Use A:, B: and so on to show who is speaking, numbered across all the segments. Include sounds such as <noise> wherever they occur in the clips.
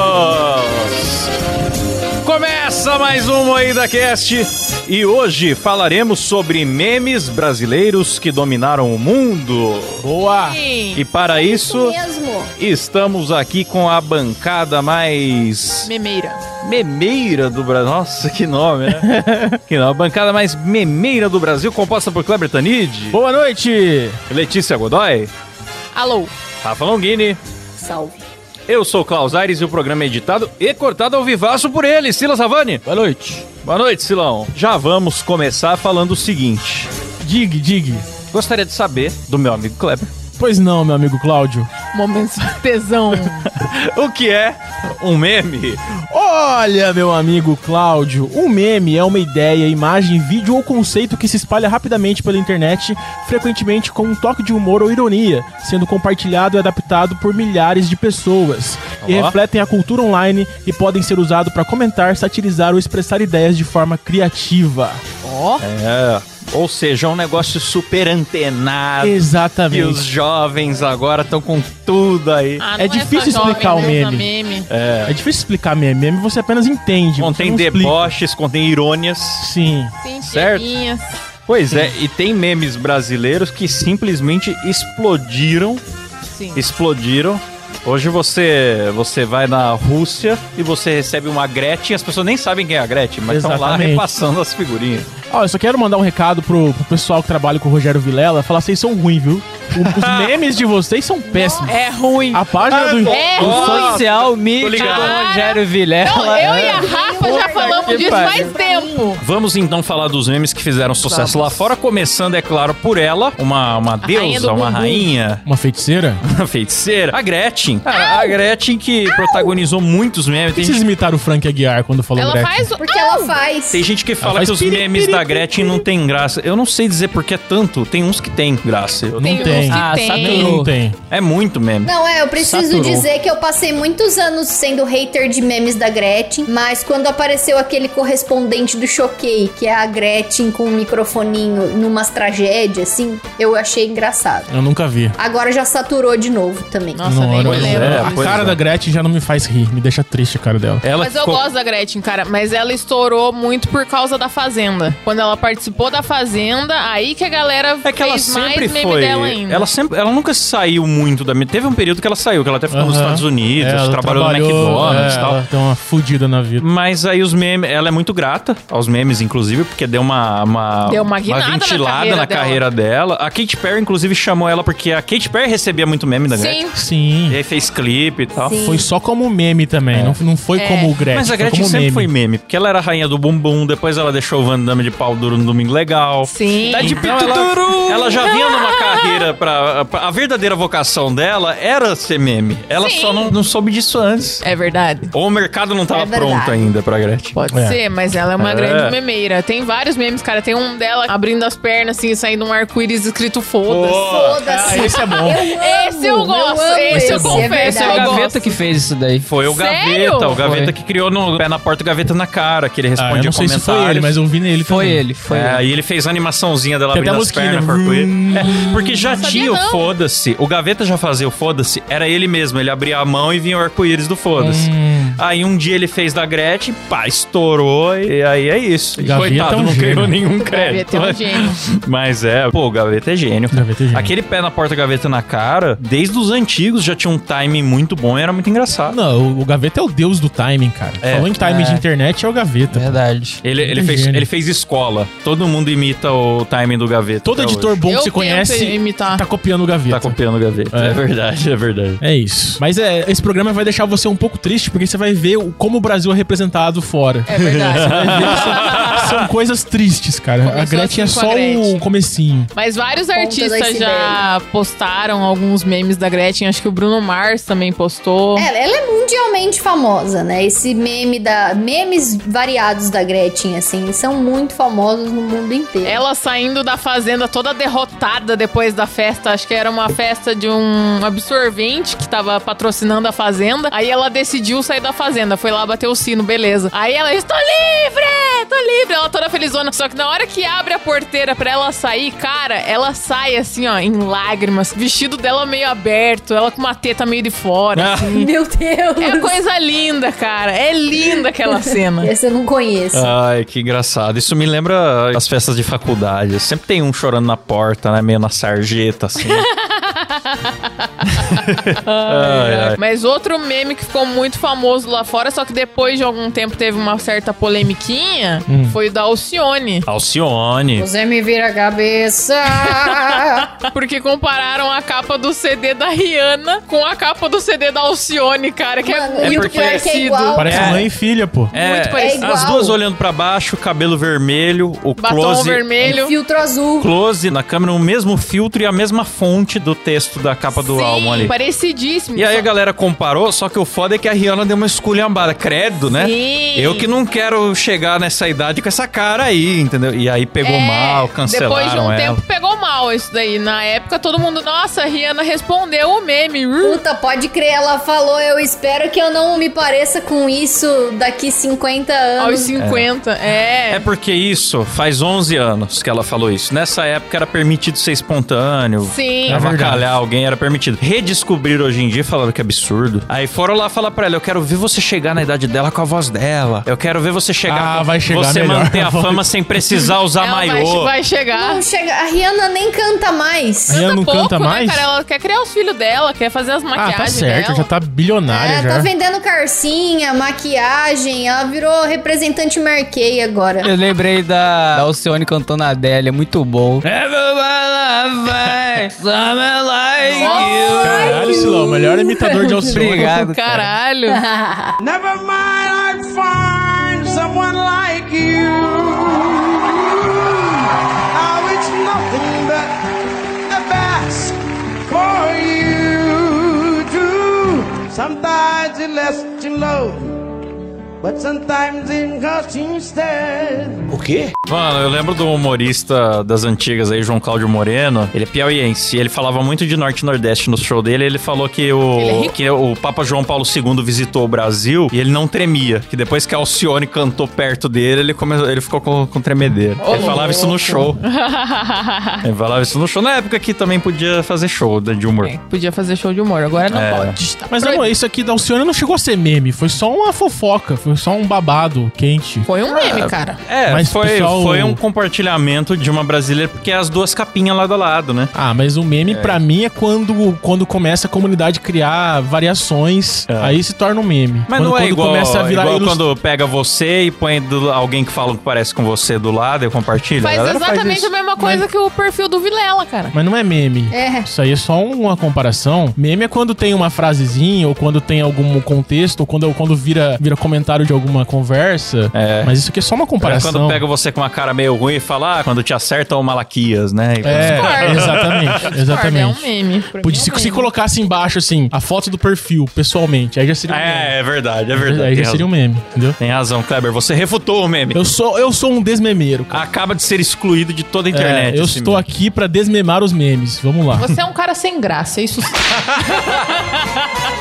A: Carniceiros! Começa mais um Moída Cast e hoje falaremos sobre memes brasileiros que dominaram o mundo.
B: Boa!
A: E para isso,
C: mesmo.
A: estamos aqui com a bancada mais
B: Memeira.
A: memeira do Brasil. Nossa, que nome,
B: <laughs>
A: né? que nome. A bancada mais memeira do Brasil, composta por Kleber Tanid,
B: Boa noite!
A: Letícia Godoy,
B: Alô!
A: Rafa Longini.
C: Salve.
A: Eu sou o Klaus Aires e o programa é editado e cortado ao vivaço por ele, Silas Savani.
B: Boa noite!
A: Boa noite, Silão. Já vamos começar falando o seguinte.
B: Dig, dig.
A: Gostaria de saber do meu amigo Kleber <laughs>
B: Pois não, meu amigo Cláudio.
D: Momentos de tesão.
A: o que é um meme.
B: Olha, meu amigo Cláudio, um meme é uma ideia, imagem, vídeo ou conceito que se espalha rapidamente pela internet, frequentemente com um toque de humor ou ironia, sendo compartilhado e adaptado por milhares de pessoas. E
A: Ó.
B: refletem a cultura online e podem ser usados para comentar, satirizar ou expressar ideias de forma criativa.
D: Ó,
A: É. Ou seja, é um negócio super antenado. E os
B: Exatamente.
A: jovens agora estão com tudo aí.
D: Ah,
B: É
D: não
B: difícil
D: só jovem,
B: explicar o
D: né, usa
B: meme.
D: meme.
B: É difícil explicar meme, meme você apenas entende.
A: Contém
B: você não explica.
A: deboches, contém irônias.
B: Sim.
D: Tem
A: Certo.
D: cheirinhas.
A: Pois é, e tem memes brasileiros que simplesmente explodiram
D: Sim.
A: explodiram. Hoje você você vai na Rússia e você recebe uma Gretchen, as pessoas nem sabem quem é a Gretchen, mas estão lá
B: Exatamente.
A: repassando as figurinhas.
B: Ó, eu só quero mandar um recado pro, pro pessoal que trabalha com o Rogério Vilela, falar vocês são ruins, viu? O- os memes de vocês são péssimos.
E: É ruim.
B: A página do...
D: É
E: O
D: ruim.
E: social
A: Tô
E: media
A: ligado.
E: do
D: Cara,
E: Rogério Vilela.
D: Não, eu e a Rafa já
C: Puta
D: falamos
E: que
D: disso
E: pariu.
D: faz tempo.
A: Vamos então falar dos memes que fizeram sucesso lá fora, começando, é claro, por ela, uma, uma deusa,
D: rainha do
A: uma
D: bumbum.
A: rainha,
B: Uma feiticeira? Por
A: uma feiticeira, a Gretchen.
D: Ah.
A: A, a Gretchen que protagonizou muitos memes.
B: que
A: Tem
B: vocês
A: gente,
B: imitaram o Frank Aguiar quando falou
D: Ela
B: Gretchen?
D: faz o.
C: Porque ela faz.
A: tem gente que fala
B: Ah, faz
A: que os
B: piri,
A: memes
B: piri,
A: da
B: piri,
A: Gretchen não tem graça. Eu não sei dizer porque é tanto, tem uns que tem graça. Eu-
B: Não
D: uns que
B: tem.
E: Ah,
D: tem.
E: saturou.
B: Não tem.
A: É muito meme.
C: Não, é, eu preciso
E: Saturou.
C: dizer que eu passei muitos anos sendo hater de memes da Gretchen, mas quando apareceu aquele correspondente do Choquei, que é a Gretchen com um microfoninho numas tragédias, assim, eu achei engraçado.
B: Eu nunca vi.
C: Agora já saturou de novo também.
D: Nossa, nem me
A: pois
D: lembro.
A: é,
B: a
A: pois
B: cara
A: é.
B: da Gretchen já não me faz rir, me deixa triste a cara dela.
A: Ela
D: Mas eu
A: ficou-
D: gosto da Gretchen, cara. Mas ela estourou muito por causa da Fazenda. Quando ela participou da Fazenda, aí que a galera
A: É que ela
D: fez
A: sempre
D: mais meme
A: foi.
D: dela ainda.
A: Ela é sempre, ela nunca saiu muito da. me- Teve um período que ela saiu, que ela até ficou nos
B: Aham.
A: Estados Unidos,
B: É, ela
A: trabalhou, no McDonald's e
B: é,
A: tal.
B: Ela tem uma fudida na vida.
A: Mas aí os memes, ela é muito grata aos memes, inclusive, porque deu uma uma,
D: Deu uma guinada na
A: ventilada
D: carreira
A: na
D: dela.
A: carreira dela. A Katy Perry inclusive chamou ela porque a Katy Perry recebia muito meme da Gretchen.
D: Sim.
A: E
B: Sim.
A: aí fez clipe e tal.
C: Sim.
B: Foi só como meme também, não, não foi
D: É.
B: como o Gretchen.
A: Mas a
B: foi
A: Gretchen
B: como
A: sempre
B: meme.
A: foi meme, porque ela era a rainha do bumbum, depois ela deixou o Van Damme de pau duro no domingo legal.
D: Sim.
A: Tá de
B: Então
A: ela, ela já vinha numa carreira pra, pra- A verdadeira vocação dela era ser meme. Ela
D: Sim.
A: só não, não soube disso antes.
D: É verdade.
A: Ou o mercado não tava
C: É verdade.
A: pronto ainda pra Gretchen.
D: Pode
B: É.
D: ser, mas ela é uma
A: É.
D: grande memeira. Tem vários memes, cara. Tem um dela abrindo as pernas, assim, saindo um arco-íris escrito foda-se.
C: Foda-se.
B: Ah, esse é bom.
D: Esse eu gosto,
C: amo
D: esse eu
C: esse, é
D: confesso,
E: Esse é o
D: eu
C: verdade.
E: Gaveta
D: gosto.
E: que fez isso daí.
A: Foi o
D: Sério?
A: Gaveta, o Gaveta
E: Foi.
A: que criou no pé na porta, o Gaveta na cara, que ele
B: Ah,
A: respondia
B: eu não sei se
A: comentários.
B: foi ele, mas eu vi nele
E: Foi
B: também.
E: ele, foi
A: É,
E: ele.
A: aí ele fez a animaçãozinha dela
B: Tem até
A: abrindo
B: a
A: as pernas
B: musiquinha, né?
A: pra arco-íris. É, porque já
D: Não sabia,
A: tinha o
D: não.
A: foda-se. O Gaveta já fazia o foda-se. Era ele mesmo. Ele abria a mão e vinha o arco-íris do foda-se.
B: Hum.
A: Aí um dia ele fez da Gretchen, pá, estourou. E aí é isso. E
B: Gaveta
A: Coitado,
B: é um
A: não
B: gênio.
A: ganhou nenhum crédito.
D: Gaveta é um gênio.
A: <laughs> Mas é, pô, o Gaveta é gênio.
B: Gaveta é gênio.
A: Aquele pé na porta, Gaveta na cara, desde os antigos já tinha um timing muito bom e era muito engraçado.
B: Não, o- o Gaveta é o deus do timing, cara.
A: É.
B: Falou em timing
E: É.
B: de internet, é o Gaveta.
E: Verdade.
A: Ele, ele
B: Muito
A: fez,
B: gênio.
A: ele fez escola. Todo mundo imita o timing do Gaveta.
B: Todo
A: até
B: editor
A: hoje.
B: bom
D: Eu
B: que você
D: tento
B: conhece
D: imitar.
B: tá copiando o Gaveta.
A: tá copiando o Gaveta.
B: É.
A: é verdade, é verdade.
B: É isso. Mas é, esse programa vai deixar você um pouco triste, porque você vai ver o- como o Brasil é representado fora.
D: É
B: <laughs>
D: verdade.
B: São coisas tristes, cara.
D: Começou
B: a Gretchen
D: assim com
B: é só
D: a Gretchen.
B: o comecinho.
D: Mas vários
C: Ponta do
D: artistas
C: iceberg.
D: já postaram alguns memes da Gretchen. Acho que o Bruno Mars também postou.
C: Ela, ela é mundialmente famosa, né? Esse meme da. Memes variados da Gretchen, assim, são muito famosos no mundo inteiro.
D: Ela saindo da fazenda toda derrotada depois da festa. Acho que era uma festa de um absorvente que tava patrocinando a fazenda. Aí ela decidiu sair da fazenda. Foi lá bater o sino, beleza. Aí ela, estou livre! Tô livre! Ela ela toda felizona. Só que na hora que abre a porteira pra ela sair, cara, ela sai assim, ó, em lágrimas. Vestido dela meio aberto, ela com uma teta meio de fora.
A: Ah.
D: assim.
C: Meu Deus!
D: É coisa linda, cara. É linda aquela
C: <laughs>
D: cena.
A: né?
C: Essa eu não conheço.
A: <laughs> Ai, que engraçado. Isso me lembra as festas de faculdade. Sempre tem um chorando na porta, né? Meio na sarjeta, assim. Ai, ai.
D: Mas outro meme que ficou muito famoso lá fora, só que depois de algum tempo teve uma certa polemiquinha,
A: Hum.
D: foi o da Alcione.
A: <laughs>
D: <laughs>
A: Alcione.
C: Você me vira a
A: <laughs>
C: cabeça!
D: Porque compararam a capa do CD da Rihanna com a capa do CD da Alcione, cara, que
C: Mano,
D: é
A: e o
D: muito
A: pior é que é
D: parecido.
C: igual.
B: Parece
A: É.
B: mãe e filha, pô.
A: É,
D: parecido.
A: as duas olhando pra baixo, cabelo vermelho, o
D: Batom
A: close,
D: vermelho.
C: Filtro azul.
A: close na câmera, o mesmo filtro e a mesma fonte do texto da capa do
D: Sim,
A: álbum ali.
D: parecidíssimo.
A: E aí a
D: Só-
A: galera comparou, só que o foda é que a Rihanna deu uma esculhambada, credo, né?
D: Sim.
A: Eu que não quero chegar nessa idade com essa cara aí, entendeu? E aí pegou
D: É,
A: mal, cancelaram
D: Depois de um
A: ela.
D: tempo pegou mal isso daí. Na época todo mundo, nossa, a Rihanna respondeu o meme. Uh,
C: Puta, pode crer, ela falou, eu espero que eu não me pareça com isso daqui 50
A: né?
D: aos
C: anos.
D: 50.
A: É porque isso faz 11 anos que ela falou isso. Nessa época era permitido ser espontâneo.
D: Sim.
B: É
A: Avacalhar alguém era permitido. Redescobrir hoje em dia, falaram que é absurdo. Aí foram lá falar pra ela: eu quero ver você chegar na idade dela com a voz dela. Eu quero ver você chegar.
B: Ah,
A: com-
B: vai chegar
A: Você
B: melhor. <laughs>
A: manter a fama sem precisar usar
D: Ela vai,
A: maiô.
D: vai chegar.
C: Não chega, a Rihanna nem canta mais.
B: A Rihanna não
D: pouco,
B: canta
D: né,
B: mais?
D: cara? Ela quer criar os filhos dela, quer fazer as
B: Ah,
D: maquiagens
B: tá certo,
D: dela.
B: já tá bilionária
C: É,
B: já.
C: tá vendendo carcinha, maquiagem, ela virou representante Marquei agora.
E: Eu lembrei da, da Alcione cantando a Adele, é muito bom. Everybody some like you.
B: Caralho, Silão, melhor imitador de Alcione.
E: Obrigado, cara.
D: Caralho.
F: Never mind, I'd find someone like you. Now it's nothing but the best for you too. Sometimes it lets you alone, but sometimes it hurts instead.
A: Mano, eu lembro do humorista das antigas aí, João Cláudio Moreno. Ele é piauiense. Ele falava muito de Norte e Nordeste no show dele. Ele falou que o,
D: Ele é rico?
A: que o Papa João Paulo II visitou o Brasil e ele não tremia. Que depois que a Alcione cantou perto dele, ele, começou, ele ficou com, com tremedeira. ele falava isso no
D: <laughs>
A: show. ele falava isso no show. Na época que também podia fazer show de de humor.
D: É, Podia fazer show de humor, agora não
A: É.
D: pode. Tá
B: Mas
D: proibido.
B: amor, isso aqui da Alcione não chegou a ser meme, foi só uma fofoca, foi só um babado quente.
D: Foi um meme, cara.
A: É,
B: Mas,
A: foi,
B: pessoal-
A: foi um compartilhamento de uma brasileira, porque é as duas capinhas lado a lado, né?
B: Ah, mas o meme pra mim é quando, quando começa a comunidade criar variações, aí se torna um meme.
A: É. Mas
B: quando,
A: não é
B: quando
A: igual,
B: começa a virar
A: igual
B: ilus-
A: quando pega você e põe do- alguém que fala que parece com você do lado e compartilha.
D: Faz
A: A galera
D: exatamente
A: faz
D: a mesma coisa que o perfil do Vilela, cara.
B: Mas não é meme.
C: É.
B: Isso aí é só uma comparação. Meme é quando tem uma frasezinha, ou quando tem algum contexto, ou quando, ou quando vira, vira comentário de alguma conversa.
A: É.
B: Mas isso aqui é só uma
A: É
B: comparação.
A: quando pega você com uma cara meio ruim e fala, ah, quando te acerta o Malaquias, né? E-
B: É,
D: Discordo.
B: exatamente,
D: Discorda, É um
B: exatamente.
D: meme. pra
B: Podia
D: mim
B: se,
D: é um
B: se
D: meme.
B: colocasse embaixo, assim, a foto do perfil, pessoalmente, aí já seria um meme.
A: É, é verdade, é verdade.
B: Aí
A: tem,
B: já
A: razão.
B: seria um meme, entendeu?
A: Tem razão, Kleber. Você refutou o meme.
B: Eu sou, eu sou um desmemeiro. cara.
A: Acaba de ser excluído de toda a
B: É,
A: internet. assim
B: eu
A: esse
B: estou
A: meme.
B: aqui pra desmemar os memes. Vamos lá.
D: Você é um cara sem graça,
B: <laughs>
D: isso sim.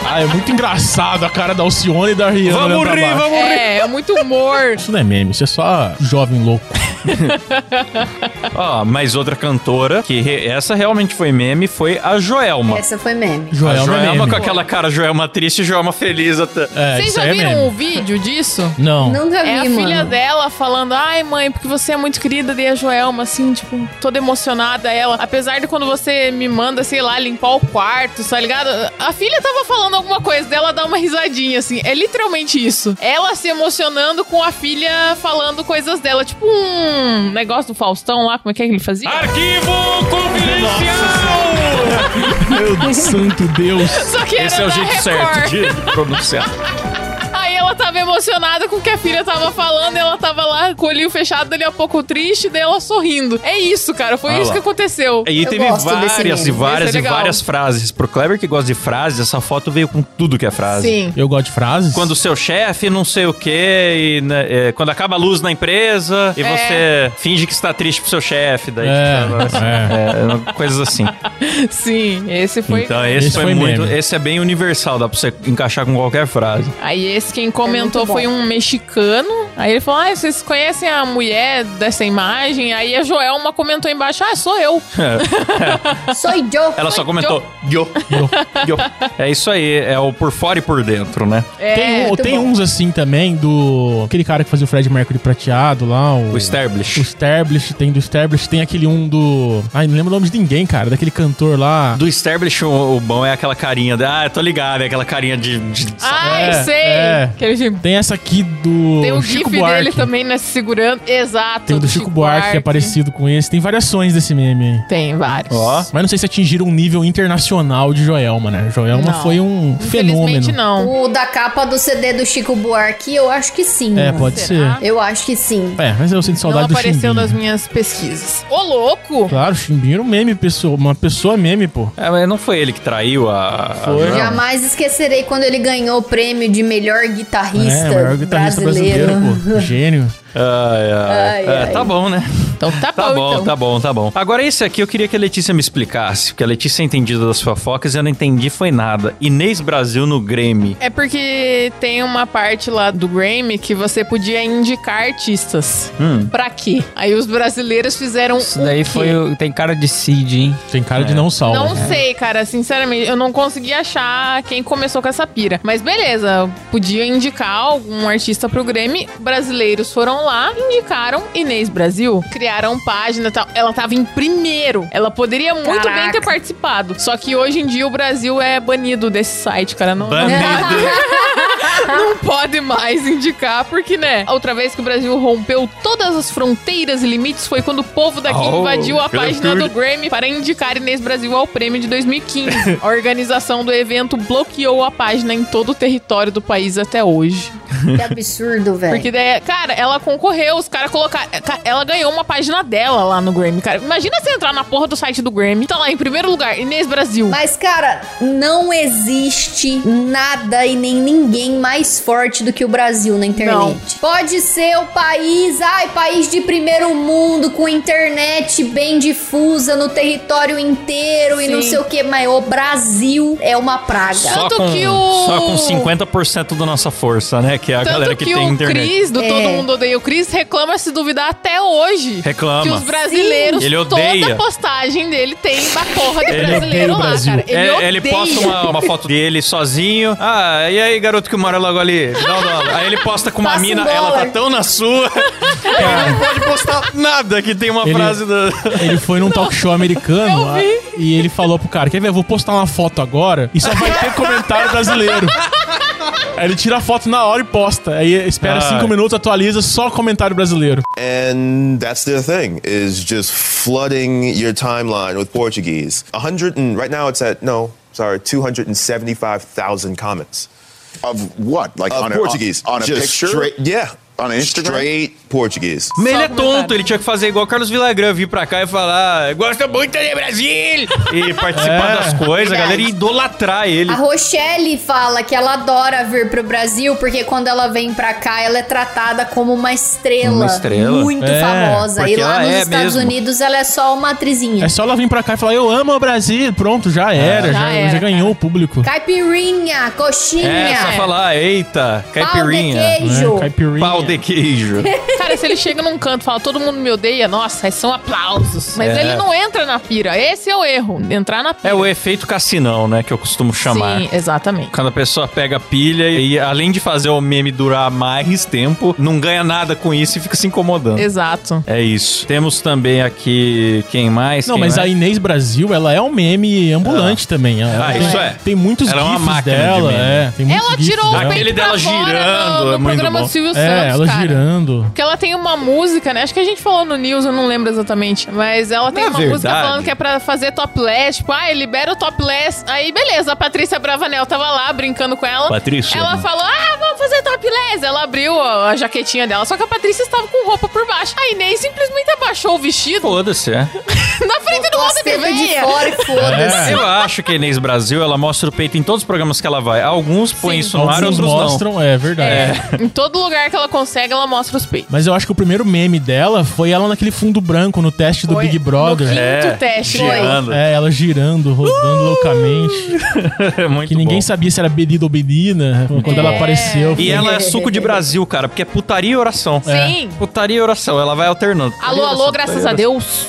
B: Ah, é muito engraçado a cara da Alcione e da Rihanna. olhando
A: Vamos
B: pra
A: rir,
B: baixo.
A: vamos rir.
D: é, é muito humor.
B: Isso não é meme, isso é só jovem louco.
A: Ó, mais outra cantora, que re- essa realmente foi meme, foi a Joelma.
C: Essa foi meme.
A: a
B: Joelma, é
A: Joelma
B: meme.
A: com aquela cara Joelma triste e Joelma feliz até.
B: É,
D: Vocês
B: isso
D: já
B: aí é
D: viram
B: meme.
D: o vídeo disso?
B: Não.
C: Não já vi,
D: É a
C: mano.
D: filha dela falando, ai mãe, porque você é muito querida, daí a Joelma, assim, tipo, toda emocionada ela. Apesar de quando você me manda, sei lá, limpar o quarto, tá ligado? A filha tava falando alguma coisa dela dá uma risadinha, assim. É literalmente isso. Ela se emocionando com a filha falando coisas dela. Tipo um negócio do Faustão lá, como é que, é que ele fazia?
A: Ah, Arquivo confidencial!
B: Meu Deus, santo Deus.
D: Só que era
A: Esse é o
D: da
A: jeito
D: Record.
A: certo de pronunciar.
C: <laughs>
D: Aí ela tava emocionada com o que a filha tava falando, ela tava lá com o olhinho fechado, dali a pouco triste, daí ela sorrindo. É isso, cara, foi
A: Ah
D: isso
A: lá.
D: que aconteceu.
A: E
C: Eu
A: teve
C: gosto desse
A: várias e
C: meme.
A: várias
D: Esse
A: e
D: é legal.
A: várias frases. Pro Kleber que gosta de frases, essa foto veio com tudo que é frase.
D: Sim.
B: Eu gosto de frases.
A: Quando o seu chefe não sei o quê, e, né, é, quando acaba a luz na empresa e
D: É.
A: você finge que está triste pro seu chefe, daí
B: É,
A: é, coisas assim.
D: Sim, esse <laughs> foi.
A: Então esse,
B: Esse
A: foi,
B: foi
A: muito,
B: meme.
A: esse é bem universal, dá pra você encaixar com qualquer frase.
D: Aí esse quem comentou
C: É muito bom.
D: foi um mexicano. Aí ele falou: Ah, vocês conhecem a mulher dessa imagem? Aí a Joelma comentou embaixo: Ah, sou eu.
C: Sou Joe.
A: É. Ela só
D: <laughs>
A: comentou, yo, yo, yo. É isso aí, é o por fora e por dentro, né?
D: É,
B: tem um-
C: muito
B: tem
C: bom.
B: uns assim também do. Aquele cara que fazia o Fred Mercury prateado lá. O,
A: O
B: o
A: Establish.
B: Stablish, tem do Stablish, tem aquele um do. Ai, não lembro o nome de ninguém, cara. Daquele cantor lá.
A: Do Establish, o, o bom é aquela carinha. de, ah, eu tô ligado, é aquela carinha de. de-
D: Ah,
B: É,
D: eu sei.
B: é.
D: Aquele de-
B: Tem essa aqui do.
D: Tem o
B: Chico
D: gif
B: Buarque.
D: dele também, né? se Segurando. Exato.
B: Tem o do Chico, Buarque, que é parecido com esse. Tem variações desse meme aí.
D: Tem vários.
A: Ó.
B: Mas não sei se atingiram um nível internacional de Joelma, né? Joelma
D: Não.
B: foi um fenômeno.
D: Infelizmente não.
C: O da capa do CD do Chico Buarque, eu acho que sim.
B: É, pode
D: Será?
B: ser.
C: Eu acho que sim.
B: É, mas eu sinto
D: Não
B: saudade do
D: apareceu
B: Chimbinho.
D: nas minhas pesquisas. Ô, louco!
B: Claro, o Chimbinho era um meme, pessoa, uma pessoa meme, pô.
A: É, mas não foi ele que traiu a.
B: Foi.
A: a-
C: Jamais esquecerei quando ele ganhou o prêmio de melhor guitarrista,
B: é, o maior guitarrista brasileiro,
C: brasileiro.
B: <laughs> pô. Gênio.
A: Ai, ai.
C: Ai,
A: É,
C: ai.
A: Tá bom,
D: <laughs>
A: né?
D: Então tá,
A: Tá
D: bom,
A: bom,
D: então.
A: tá bom, tá bom. Agora, esse aqui eu queria que a Letícia me explicasse, porque a Letícia é entendida das fofocas e eu não entendi foi nada. Inês Brasil no Grêmio.
D: É porque tem uma parte lá do Grammy que você podia indicar artistas.
A: Hum.
D: Pra quê? Aí os brasileiros fizeram
E: Isso
D: o quê?
E: daí foi. um né? o- Tem cara de Cid, hein?
B: Tem cara de não né? salvo.
D: Não sei, cara, sinceramente, eu não consegui achar quem começou com essa pira. Mas beleza, podia indicar algum artista pro Grêmio. Brasileiros foram lá, indicaram Inês Brasil, criaram página e tal. Ela tava em primeiro. Ela poderia muito bem ter
C: Caraca.
D: participado. Só que hoje em dia o Brasil é banido desse site, cara. Não, <laughs> não,
A: Banido.
D: não pode mais indicar, porque, né? a Outra vez que o Brasil rompeu todas as fronteiras e limites foi quando o povo daqui
A: Oh,
D: invadiu a
A: que
D: página
A: loucura.
D: do Grammy para indicar Inês Brasil ao prêmio
A: <laughs>
D: de 2015. A organização do evento bloqueou a página em todo o território do país até hoje.
C: Que absurdo, velho.
D: Porque, daí, cara, ela concorreu, os caras colocaram. ca- Ela ganhou uma página dela lá no Grammy, cara. Imagina você entrar na porra do site do Grammy. Tá lá em primeiro lugar, Inês Brasil.
C: Mas, cara, não existe nada e nem ninguém mais forte do que o Brasil na internet.
D: Não.
C: Pode ser o país, ai, país de primeiro mundo, com internet bem difusa no território inteiro e
D: Sim.
C: não sei o que, mas o Brasil é uma praga.
A: Só
D: Tanto
A: com,
D: que o-
A: só com 50% da nossa força, né? Que é a
D: Tanto
A: galera que,
D: que
A: tem
D: o
A: internet.
D: Cris, do Todo
C: É.
D: Mundo Odeia o Cris, reclama se duvidar até hoje.
A: Reclama.
D: Que os brasileiros,
A: Sim. Ele
D: toda
A: odeia.
D: postagem dele tem da porra do
A: Ele
B: odeia
D: brasileiro
B: o
D: lá,
B: Brasil.
D: cara. Ele,
A: É,
D: odeia.
A: ele posta uma, uma foto dele sozinho. Ah, e aí, garoto que mora logo ali? Dá um dólar. Aí ele posta com uma
C: Passa um
A: mina, ela tá
C: dólar.
A: tão na sua. <laughs> ele não pode postar nada que tem uma
B: Ele-
A: frase <laughs> da.
B: Ele foi num talk show americano
D: Eu
B: a- e ele falou pro cara: Quer ver? Eu vou postar uma foto agora e só vai ter comentário brasileiro. Aí ele tira a foto na hora e posta. Aí espera
A: Ah.
B: cinco minutos, atualiza só comentário brasileiro.
G: And that's their thing is just flooding your timeline with Portuguese. 100 and right now it's at no, sorry, 275,000 comments
H: Of what? Like
G: of
H: on
G: Portuguese
H: a, on, on a
G: Just
H: picture?
G: Straight, yeah,
H: On Instagram?
G: Straight Portuguese.
A: Mas ele é
D: comentário.
A: tonto, ele tinha que fazer igual Carlos Villagrán, vir pra cá e falar, gosta muito de Brasil! É. E participar das coisas, a galera ia idolatrar ele.
C: A Rochelle fala que ela adora vir pro Brasil porque quando ela vem pra cá ela é tratada como uma estrela,
A: Uma estrela.
C: muito
B: É,
C: famosa. E
A: porque
C: lá
A: ela
C: nos
A: é
C: Estados
A: mesmo.
C: Unidos ela é só uma atrizinha.
B: É só ela vir pra cá e falar: Eu amo o Brasil. Pronto,
A: É.
B: já era.
D: Ah,
B: já,
D: já era,
B: já ganhou o público.
C: Caipirinha, coxinha,
A: É, só falar, eita,
C: pau de
A: caipirinha,
C: queijo.
B: É, caipirinha.
A: pau de queijo.
D: Cara, se ele chega num canto e fala, todo mundo me odeia, nossa, aí são aplausos. Mas
A: É.
D: ele não entra na pira. Esse é o erro. Entrar na pira.
A: É o efeito cassinão, né, que eu costumo chamar.
D: Sim, exatamente.
A: Quando a pessoa pega a pilha e, além de fazer o meme durar mais tempo, não ganha nada com isso e fica se incomodando.
D: Exato.
A: É isso. Temos também aqui quem mais?
B: Não,
A: Quem
B: mas a
A: mais?
B: Inês Brasil, ela é um meme ambulante também. Ela,
A: Ah,
B: tem,
A: isso é.
B: Tem muitos
A: Ela é uma
B: gifs
A: máquina de
B: dela.
A: meme.
B: é, tem muitos
D: Ela
B: gifs
D: tirou o
B: dela.
A: Aquele
D: peito pra
A: dela
D: fora
A: girando,
D: no,
A: é
D: no
A: muito
D: programa
A: bom.
D: do Silvio Santos,
B: É, ela
D: cara.
B: girando.
D: Porque ela tem uma música, né? Acho que a gente falou no News, eu não lembro exatamente. Mas ela tem
A: Na
D: uma
A: verdade-
D: música falando que é pra fazer topless. Tipo, ah, libera o topless. Aí, beleza, a Patrícia Bravanel tava lá brincando com ela.
A: Patrícia.
D: Ela falou, ah, vamos fazer topless. Ela abriu a, a jaquetinha dela, só que a Patrícia estava com roupa por baixo. A Inês simplesmente abaixou o vestido
A: Foda-se, é.
D: na frente do
C: Botou
D: mundo
C: as
D: TV.
C: fica de fora e
B: É.
C: foda-se.
A: Eu acho que a Inês Brasil, ela mostra o peito em todos os programas que ela vai. Alguns põem isso no ar,
B: Alguns
A: outros
B: mostram, é verdade.
D: Em todo lugar que ela consegue, ela mostra os peitos.
B: Mas eu acho que o primeiro meme dela foi ela naquele fundo branco no teste do
D: Foi
B: Big
D: no
B: Brother.
A: não.
D: quinto.
B: É.
A: É,
D: Muito teste, né?
A: girando.
B: É, ela girando, rodando loucamente.
A: <laughs> É Uh! muito
B: Que ninguém
A: bom. É.
B: sabia se era bebida ou menina quando ela apareceu.
A: E ela é suco de Brasil, cara, porque é putaria e oração.
D: É. Sim.
A: Putaria e oração, ela vai alternando.
D: Alô, alô, graças a Deus.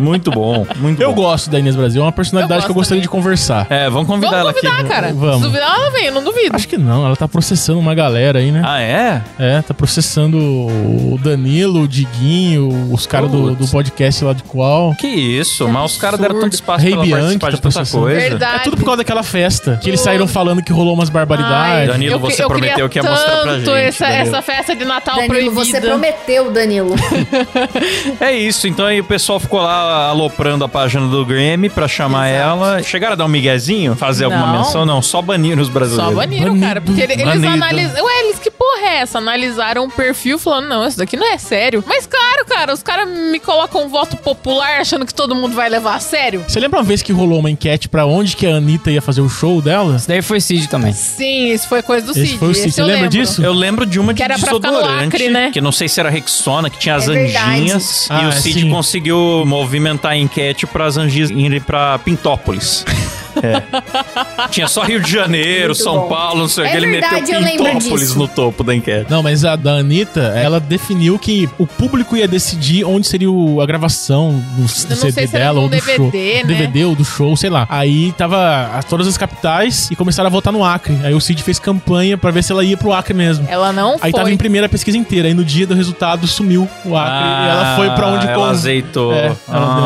A: Muito bom, muito
B: Eu
A: bom.
B: gosto da Inês Brasil, é uma
D: Eu
B: personalidade
D: gosto
B: que eu
D: também.
B: gostaria de conversar.
A: É, vamos convidar
D: Vamos
A: ela
D: convidar,
A: aqui.
D: cara.
B: Vamos.
D: Se duvidar, ela vem, eu não duvido.
B: Acho que não, ela tá processando uma galera aí, né?
A: Ah, é?
B: É, tá processando o Danilo, o Diguinho, os caras do, do
A: Putz.
B: podcast lá de qual.
A: Que isso, mas os caras
B: absurdo.
A: deram tanto espaço
B: Rei
A: pra ela
B: Bianchi
A: participar
B: tá
A: de tanta
B: processando.
A: coisa.
D: Verdade.
B: É tudo por causa daquela festa. Que eles saíram falando que rolou umas
D: Ai,
B: barbaridades.
A: Danilo,
D: eu que-
A: você
D: eu queria
A: prometeu que ia mostrar pra
D: tanto
A: gente,
D: Essa,
A: Danilo.
D: essa festa de Natal
C: Danilo,
D: proibida.
C: você prometeu, Danilo.
A: É isso, então aí o pessoal ficou lá aloprando a página do Grammy pra chamar ela. Chegaram a dar um miguezinho? Fazer alguma
D: Não.
A: menção? Não, só banir os brasileiros.
D: Só baniram, cara. Porque ele- eles
A: Banido.
D: analisaram. Ué, eles que porra é essa? Analisaram o perfil falando, não, isso daqui não é sério. Mas claro, cara, os caras me colocam um voto popular achando que todo mundo vai levar a sério.
B: Você lembra uma vez que rolou uma enquete pra onde que a Anitta ia fazer o show dela?
E: Isso daí foi Cid também.
D: Sim, isso foi coisa do
B: Esse
D: Cid.
B: foi o
D: esse
B: Cid. Você
D: eu
B: lembra
D: lembro.
B: disso?
A: Eu lembro de uma de
D: Que era pra ficar no
A: desodorante,
D: Acre, né?
A: que não sei se era Rexona, que tinha as
C: É verdade.
A: anjinhas. e
B: Ah,
A: o Cid
B: sim.
A: conseguiu movimentar a enquete pras anjinhas irem pra
B: <laughs>
A: Pintópolis. É. Tinha só Rio de Janeiro,
C: Muito
A: São
C: bom.
A: Paulo, não sei o
C: É
A: que. Ele
C: verdade,
A: meteu
C: eu lembro
A: Pintópolis
C: disso.
A: no topo da enquete.
B: Não, mas a da Anitta, ela definiu que o público ia decidir onde seria o- a gravação do, c- do
D: não sei
B: CD
D: se era
B: dela
D: num
B: ou do
D: DVD,
B: show.
D: né?
B: DVD ou do show, sei lá. Aí tava a- todas as capitais e começaram a votar no Acre. Aí o Cid fez campanha pra ver se ela ia pro Acre mesmo.
D: Ela não
B: Aí
D: foi.
B: tá tava em primeira a pesquisa inteira. Aí no dia do resultado sumiu o Acre e ela foi pra onde
A: Ah, ela
B: con-
A: azeitou. Ah,
B: É, ela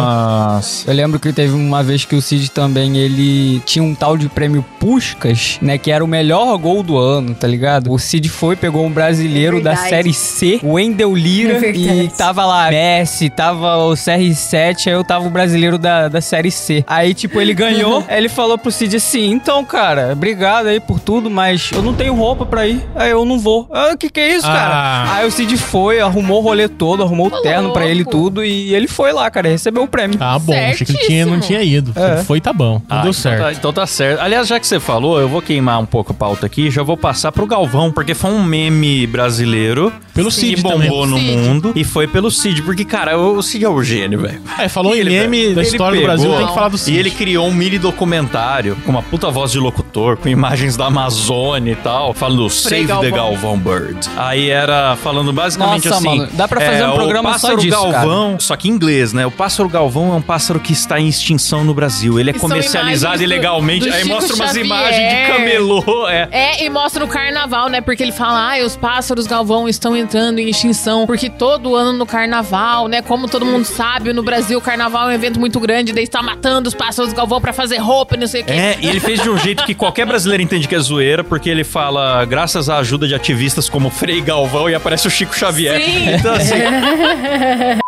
A: Nossa.
E: Eu lembro que teve uma vez que o Cid também, ele tinha um tal de prêmio Puscas, né? Que era o melhor gol do ano, tá ligado? O Cid foi, pegou um brasileiro
C: É
E: da
C: verdade.
E: Série C, o Wendel
C: É
E: Lira,
C: verdade.
E: e tava lá Messi, tava o CR7, aí eu tava o brasileiro da, da Série C. Aí, tipo, ele ganhou,
C: Uhum.
E: aí ele falou pro Cid assim, então, cara, obrigado aí por tudo, mas eu não tenho roupa pra ir, aí eu não vou. Ah, que que é isso,
B: Ah.
E: cara? Aí o Cid foi, arrumou o rolê todo, arrumou
D: Ô,
E: o terno pra ele e
D: louco.
E: tudo, e ele foi lá, cara, recebeu o prêmio.
B: Tá bom, achei que ele tinha, não
D: Certíssimo.
B: tinha ido.
E: É.
B: Foi, tá bom. Não
A: Ah,
B: deu
A: então
B: certo.
A: tá- então tá certo. Aliás, já que você falou, eu vou queimar um pouco a pauta aqui, já vou passar pro Galvão, porque foi um meme brasileiro
B: Pelo
A: que
B: Cid
A: bombou
B: também.
A: no
D: Cid.
A: mundo e foi pelo Cid, porque cara, o o Cid é o gênio, velho.
B: É, falou em
A: Ele,
B: meme
A: velho,
B: da
A: ele
B: história do
A: pegou
B: Brasil, tem que falar do Cid.
A: E ele criou um mini documentário com uma puta voz de locutor, com imagens da Amazônia e tal, falando do Save the Galvão Bird. Aí era falando basicamente
E: Nossa,
A: assim.
E: mano, dá pra fazer um
A: o
E: programa só
A: pássaro
E: disso, cara.
A: Galvão, só que em inglês, né? O pássaro Galvão é um pássaro que está em extinção no Brasil. Ele é
D: E são
A: comercializado
D: imagens do-
A: ilegalmente.
D: do
A: Aí
D: Chico
A: mostra umas
D: Xavier.
A: imagens de camelô. É.
D: É, e mostra no carnaval, né? Porque ele fala, ah, os pássaros galvão estão entrando em extinção, porque todo ano no carnaval, né? Como todo mundo sabe, no Brasil o carnaval é um evento muito grande, daí está matando os pássaros galvão pra fazer roupa e não sei o quê.
A: É, e ele fez de um jeito que qualquer brasileiro entende que é zoeira, porque ele fala, graças à ajuda de ativistas como Frei Galvão, e aparece o Chico Xavier.
D: Sim.
A: Então, assim,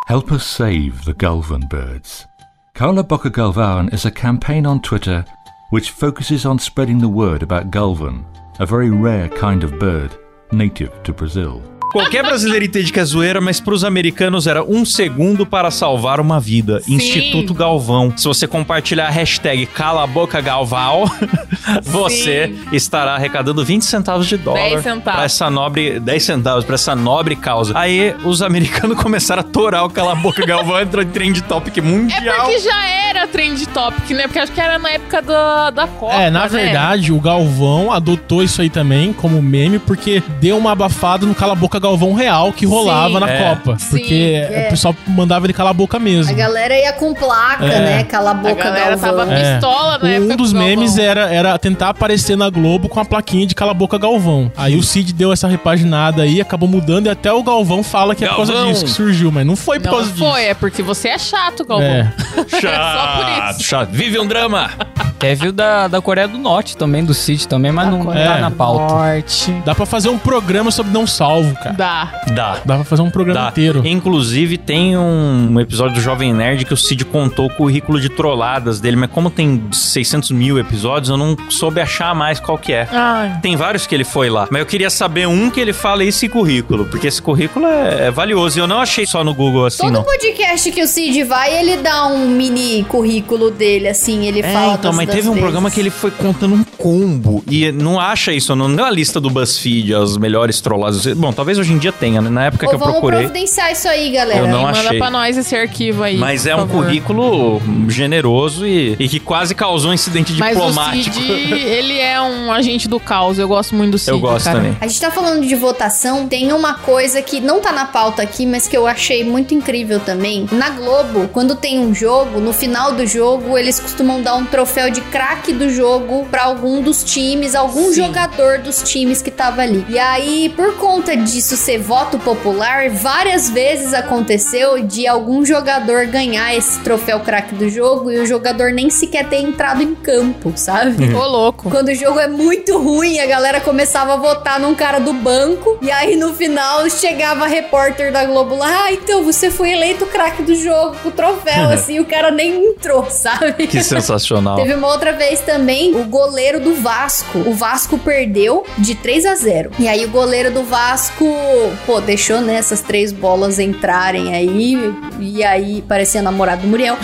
H: Help us save the Galvan birds. Carla Boca Galvan is a campaign on Twitter which focuses on spreading the word about Galvan, a very rare kind of bird native to Brazil.
A: Qualquer brasileiro entende que é zoeira, mas pros americanos era um segundo para salvar uma vida.
D: Sim.
A: Instituto Galvão. Se você compartilhar a hashtag Cala a Boca Galval, <laughs> você estará arrecadando 20 centavos de dólar
D: 10 centavos.
A: pra essa nobre 10 centavos para essa nobre causa. Aí os americanos <laughs> começaram a torar o Cala a Boca Galvão entrou em trend topic
D: <laughs> É
A: mundial.
D: porque já era trend topic, né? Porque acho que era na época da, da Copa.
B: É, na
D: né?
B: verdade, o Galvão adotou isso aí também como meme, porque deu uma abafada no cala a boca Galvão real que rolava na
A: É.
B: Copa.
D: Sim,
B: Porque
C: é.
B: o pessoal mandava ele calar a boca
C: A
B: mesmo.
C: galera ia com placa,
B: É.
C: né? Cala a
D: A
C: boca,
D: galera
C: Galvão.
D: tava
A: É, assim,
D: pistola na época.
B: Um dos
D: do Galvão.
B: memes era, era tentar aparecer na Globo com a plaquinha de cala a boca Galvão. Aí o Cid deu essa repaginada aí, acabou mudando e até o Galvão fala que é por causa
A: Galvão!
B: disso que surgiu, mas não foi por
D: Não
B: causa
D: foi,
B: disso.
D: é porque você é chato, Galvão.
B: É.
D: Só por
A: Chato,
D: isso.
A: chato. Vive um drama.
E: Teve o é da, da Coreia do Norte também, do Cid também, mas não
B: Coreia
E: tá na
B: do
E: pauta.
D: Morte.
B: Dá pra fazer um programa sobre não salvo, cara.
D: Dá.
A: Dá.
B: Dá pra fazer um programa
A: Dá.
B: inteiro.
A: Inclusive, tem um um episódio do Jovem Nerd que o Cid contou o currículo de trolladas dele, mas como tem 600 mil episódios, eu não soube achar mais qual que é.
D: Ai.
A: Tem vários que ele foi lá, mas eu queria saber um que ele fala esse currículo, porque esse currículo é, é valioso e eu não achei só no Google assim,
C: Todo
A: não.
C: podcast que o Cid vai, ele dá um mini currículo dele, assim, ele fala.
A: É, então,
C: das-
A: mas
C: das
A: teve um
C: vezes.
A: programa que ele foi contando um combo e não acha isso, não deu a lista do BuzzFeed, as melhores trolladas. Bom, talvez hoje em dia tenha, né? Na época
C: Ô,
A: que eu
C: vamos
A: procurei.
C: providenciar isso aí, galera.
A: Eu não
D: Manda
A: achei.
D: pra nós esse arquivo aí.
A: Mas é
D: por
A: um
D: favor.
A: currículo generoso e, e que quase causou um incidente
D: Mas
A: diplomático.
D: o Cid, ele é um agente do caos. Eu gosto muito do Cid.
A: eu gosto
D: cara.
A: também.
C: A gente tá falando de votação, tem uma coisa que não tá na pauta aqui, mas que eu achei muito incrível também. Na Globo, quando tem um jogo, no final do jogo, eles costumam dar um troféu de craque do jogo pra algum dos times, algum jogador dos times que tava ali. E aí, por conta disso ser voto popular, várias vezes aconteceu de algum jogador ganhar esse troféu craque do jogo e o jogador nem sequer ter entrado em campo, sabe?
D: Ô, louco.
C: Quando o jogo é muito ruim, a galera começava a votar num cara do banco. E aí no final chegava a repórter da Globo lá: Ah, então você foi eleito craque do jogo com o
A: <laughs>
C: troféu, assim. e o cara nem entrou, <laughs> sabe?
A: Que sensacional.
C: Teve uma outra vez também o goleiro do Vasco. O Vasco perdeu de 3 a 0. E aí o goleiro do Vasco, pô, deixou né, essas três bolas entrarem aí. E aí parecia namorado do Muriel.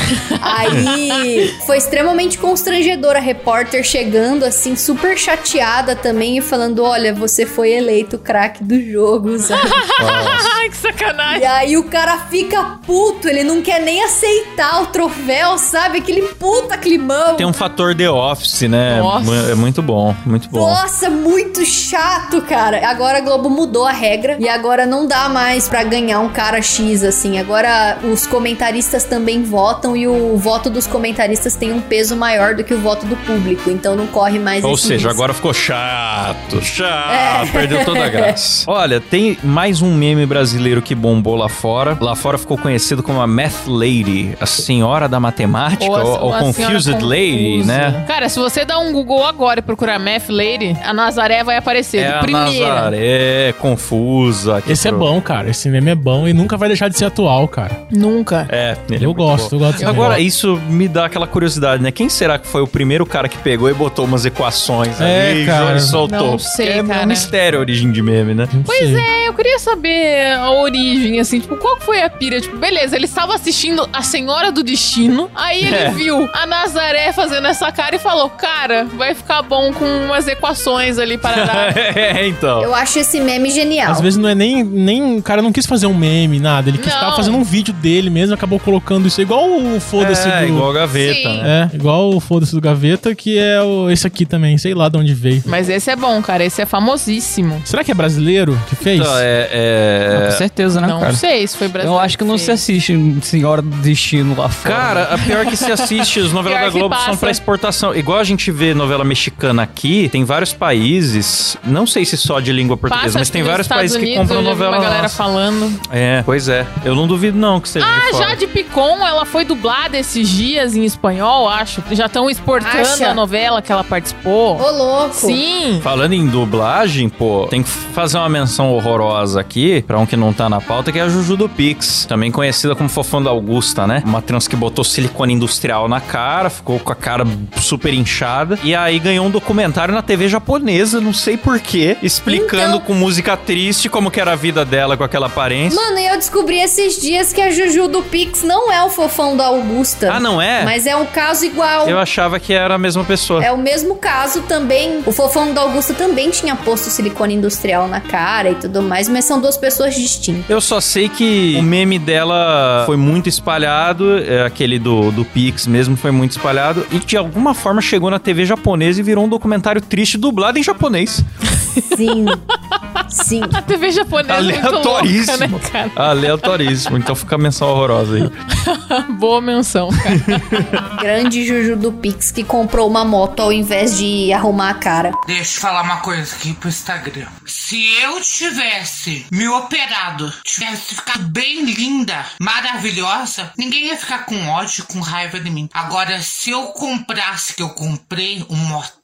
C: Aí foi extremamente constrangedor a repórter chegando assim, super chateada também e falando: Olha, você foi eleito craque do jogo, sabe?
D: <laughs> Ai, que sacanagem.
C: E aí o cara fica puto, ele não quer nem aceitar o troféu, sabe? Aquele puta climão.
A: Tem um fator The Office, né?
D: Nossa.
A: Mu- É muito bom, muito bom.
C: Nossa, muito chato, cara. Agora a Globo mudou a regra e agora não dá mais pra ganhar um cara X assim. Agora os comentaristas também votam e o voto dos comentaristas tem um peso maior do que o voto do público, então não corre mais
A: Ou
C: esse
A: seja,
C: risco.
A: agora ficou chato,
D: É.
A: chato, perdeu
D: <laughs>
A: toda a graça. Olha, tem mais um meme brasileiro que bombou lá fora. Lá fora ficou conhecido como a Math Lady, a senhora da matemática,
D: Ou a-
A: ou, ou
D: ou a senhora
A: Tipo, Confused Lady,
D: confusa.
A: né?
D: Cara, se você dar um Google agora e procurar Math Lady, a Nazaré vai aparecer.
A: É
D: de
A: a
D: primeira.
A: Nazaré, confusa. que
B: Esse é
A: pro-
B: bom, cara. Esse meme é bom e nunca vai deixar de ser atual, cara.
D: Nunca.
A: É, ele é
B: eu
A: muito
B: gosto,
A: bom.
B: eu gosto desse
A: Agora,
B: meme.
A: isso me dá aquela curiosidade, né? Quem será que foi o primeiro cara que pegou e botou umas equações
B: É,
A: ali
B: cara.
A: e soltou?
D: Não sei,
A: Porque É
D: cara.
A: um mistério a origem de meme, né?
B: Não
D: Pois
B: sei.
D: é, eu queria saber a origem, assim, tipo, qual que foi a pira? Tipo, beleza, ele estava assistindo A Senhora do Destino, aí ele
A: É.
D: viu a Nazaré fazendo essa cara e falou, cara, vai ficar bom com umas equações ali para
A: <laughs>
D: dar.
A: é, então.
C: eu acho esse meme genial.
B: Às vezes não é nem, nem. O cara não quis fazer um meme, nada. Ele quis
D: Não.
B: estar fazendo um vídeo dele mesmo, acabou colocando isso. É Igual o foda-se
A: É,
B: do.
A: igual a gaveta,
D: Sim.
A: né?
B: É, igual o foda-se do Gaveta, que é o, esse aqui também, sei lá de onde veio.
D: Mas esse é bom, cara, esse é famosíssimo.
B: Será que é brasileiro que fez?
A: Então, é, é-
E: Com certeza, né,
D: Não
E: cara?
D: sei se foi brasileiro.
E: Eu acho que não se
D: sei.
E: assiste um Senhora do Destino lá fora.
A: Cara, a pior é que se assiste, as novelas
D: <laughs> Pior
A: da
D: que
A: Globo são
D: passa.
A: pra exportação. Igual a gente vê novela mexicana aqui, tem vários países, não sei se só de língua portuguesa,
D: Passa
A: mas tem
D: pelos
A: vários
D: Estados
A: países que
D: Unidos,
A: compram
D: eu já vi
A: novela
D: uma galera
A: nossa.
D: falando.
A: É, pois é. Eu não duvido não que seja
D: Ah,
A: de fora.
D: Jade Picon, ela foi dublada esses dias em espanhol, acho. Já estão exportando
C: Acha?
D: a novela que ela participou.
C: Ô, louco.
D: Sim.
A: Falando em dublagem, pô, tem que fazer uma menção horrorosa aqui, pra um que não tá na pauta, que é a Juju do Pix, também conhecida como Fofão da Augusta, né? Uma trans que botou silicone industrial na cara, ficou com a cara super inchada, e aí ganhou um documentário na TV japonesa, não sei porquê, explicando
C: Então-
A: com música triste como que era a vida dela com aquela aparência.
C: Mano, e eu descobri esses dias que a Juju do Pix não é o fofão da Augusta.
A: Ah, não é?
C: Mas é um caso igual.
A: Eu achava que era a mesma pessoa.
C: É o mesmo caso também. O fofão da Augusta também tinha posto silicone industrial na cara e tudo mais, mas são duas pessoas distintas.
A: Eu só sei que o meme dela foi muito espalhado, é, aquele do, do Pix mesmo foi muito espalhado, e de alguma forma chegou na TV japonesa e virou um documentário triste dublado em japonês.
C: Sim. Sim.
D: A TV japonesa é muito louca, né,
A: Aleatoríssimo.
D: cara?
A: Aleatoríssimo. Então fica a menção horrorosa aí.
D: Tá Boa menção, cara.
C: Grande Juju do Pix que comprou uma moto ao invés de arrumar a cara.
I: Deixa eu falar uma coisa aqui pro Instagram. Se eu tivesse me operado, tivesse ficado bem linda, maravilhosa, ninguém ia ficar com ódio, com raiva de mim. Agora, se eu comprasse que eu comprei um motão,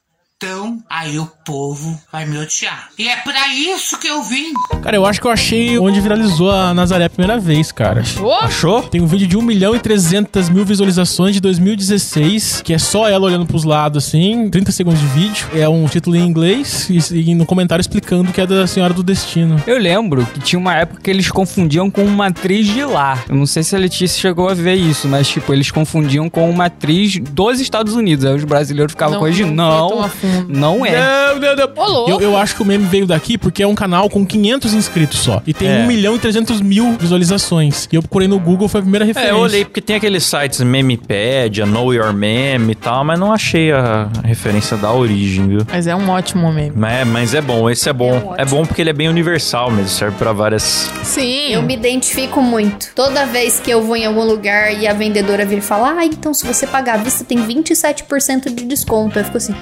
I: aí o povo vai me odiar. E é pra isso que eu vim.
B: Cara, eu acho que eu achei onde viralizou a Nazaré a primeira vez, cara.
D: Ô,
A: <laughs> Achou?
B: Tem um vídeo de 1 milhão e 300 mil visualizações de 2016, que é só ela olhando pros lados, assim, 30 segundos de vídeo. É um título em inglês e, e no comentário explicando que é da Senhora do Destino.
E: Eu lembro que tinha uma época que eles confundiam com uma atriz de lá. Eu não sei se a Letícia chegou a ver isso, mas, tipo, eles confundiam com uma atriz dos Estados Unidos. Aí os brasileiros ficavam
D: Não,
E: corrigindo.
D: não foi tão
E: Não,
D: a fundo."
E: não é.
B: Não, não, não.
D: ô louco.
B: Eu, eu acho que o meme veio daqui porque é um canal com 500 inscritos só. E tem
A: É.
B: 1 milhão e 300 mil visualizações. E eu procurei no Google, foi a primeira referência.
A: É, eu olhei porque tem aqueles sites Memepedia, Know Your Meme e tal, mas não achei a referência da origem, viu?
D: Mas é um ótimo meme.
A: Mas, mas é bom, esse é bom. É, bom porque ele é bem universal mesmo, serve pra várias.
D: Sim.
C: Eu me identifico muito. Toda vez que eu vou em algum lugar e a vendedora vir falar, ah, então se você pagar à vista tem 27% de desconto. Eu fico assim,
D: <laughs>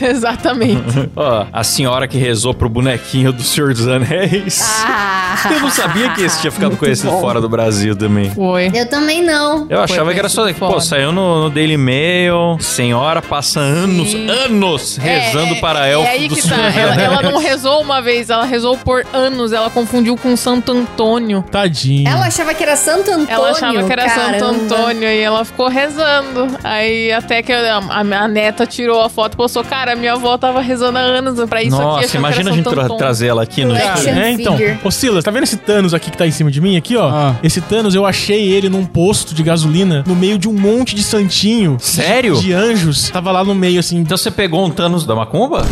D: Exatamente.
A: Ó, a senhora que rezou pro bonequinho do Senhor dos Anéis.
C: ah.
A: Eu não sabia que esse tinha ficado
C: Muito
A: conhecido
C: bom.
A: fora do Brasil também.
D: Foi.
C: Eu também não.
A: Eu achava que era só.
D: conhecido
A: Pô,
D: fora.
A: saiu no, no Daily Mail. Senhora passa anos, anos rezando
D: É,
A: para
D: é,
A: elfo
D: É aí
A: do
D: que
A: Senhor
D: tá.
A: dos
D: Ela,
A: <laughs>
D: ela
A: Anéis.
D: não rezou uma vez, ela rezou por anos. Ela confundiu com Santo Antônio.
B: Tadinho.
C: Ela é achava que era Santo Antônio.
D: Ela achava que era Santo
C: caramba.
D: Antônio e ela ficou rezando. Aí até que a, a minha neta tirou a foto e postou, cara, minha avó tava rezando há anos pra isso aqui.
A: Nossa,
D: achando que
A: imagina
D: era um
A: a gente
D: Santo
A: tra-
D: Antônio.
A: trazer ela aqui no.
C: Action
B: É, então.
C: figure.
B: Ô, Silas, tá vendo esse Thanos aqui que tá em cima de mim, aqui, ó?
E: Ah.
B: Esse Thanos, eu achei ele num posto de gasolina, no meio de um monte de santinho.
A: Sério?
B: De anjos. Tava lá no meio, assim.
A: Então você pegou um Thanos da Macumba?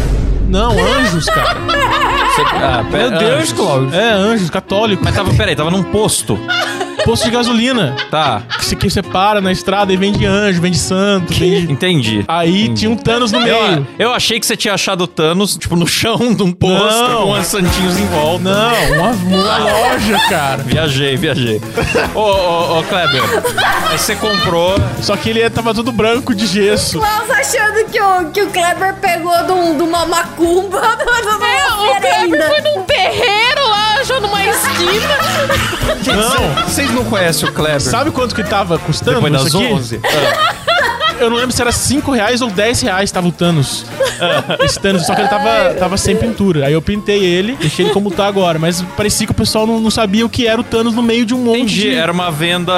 B: Não, anjos, cara.
A: <laughs> Ah,
E: Meu Deus, Cláudio.
B: É, anjos, católico.
A: Mas tava, peraí, tava num posto.
B: Posto de gasolina.
A: Tá,
B: Que você- Que você para na estrada e vende anjo, vende santo, vende...
A: entendi.
B: Aí tinha um Thanos no
A: Hum. Eu, ah.
B: meio.
A: eu achei que você tinha achado o Thanos, tipo, no chão de um posto
B: Não.
A: com as santinhos em volta.
B: Não, uma, uma loja, cara.
A: Viajei, viajei. ô, ô, ô, Kleber, aí você comprou.
B: Só que ele é, tava todo branco de gesso.
C: Klaus achando que o, que o Kleber pegou de, um, de uma macumba. <laughs>
D: É, o Kleber foi num terreiro lá, achou numa esquina.
B: Não.
A: Vocês não conhecem o Kleber?
B: Sabe quanto que tava custando
A: Depois das
B: isso aqui?
A: 11?
B: Eu não lembro se era 5 reais ou 10 reais tava
A: <laughs>
B: o Thanos. É, Esse Thanos, só que ele tava, tava sem pintura. Aí eu pintei ele, deixei ele como tá agora. Mas parecia que o pessoal não, não sabia o que era o Thanos no meio de um monte
A: Entendi,
B: de...
A: era uma venda,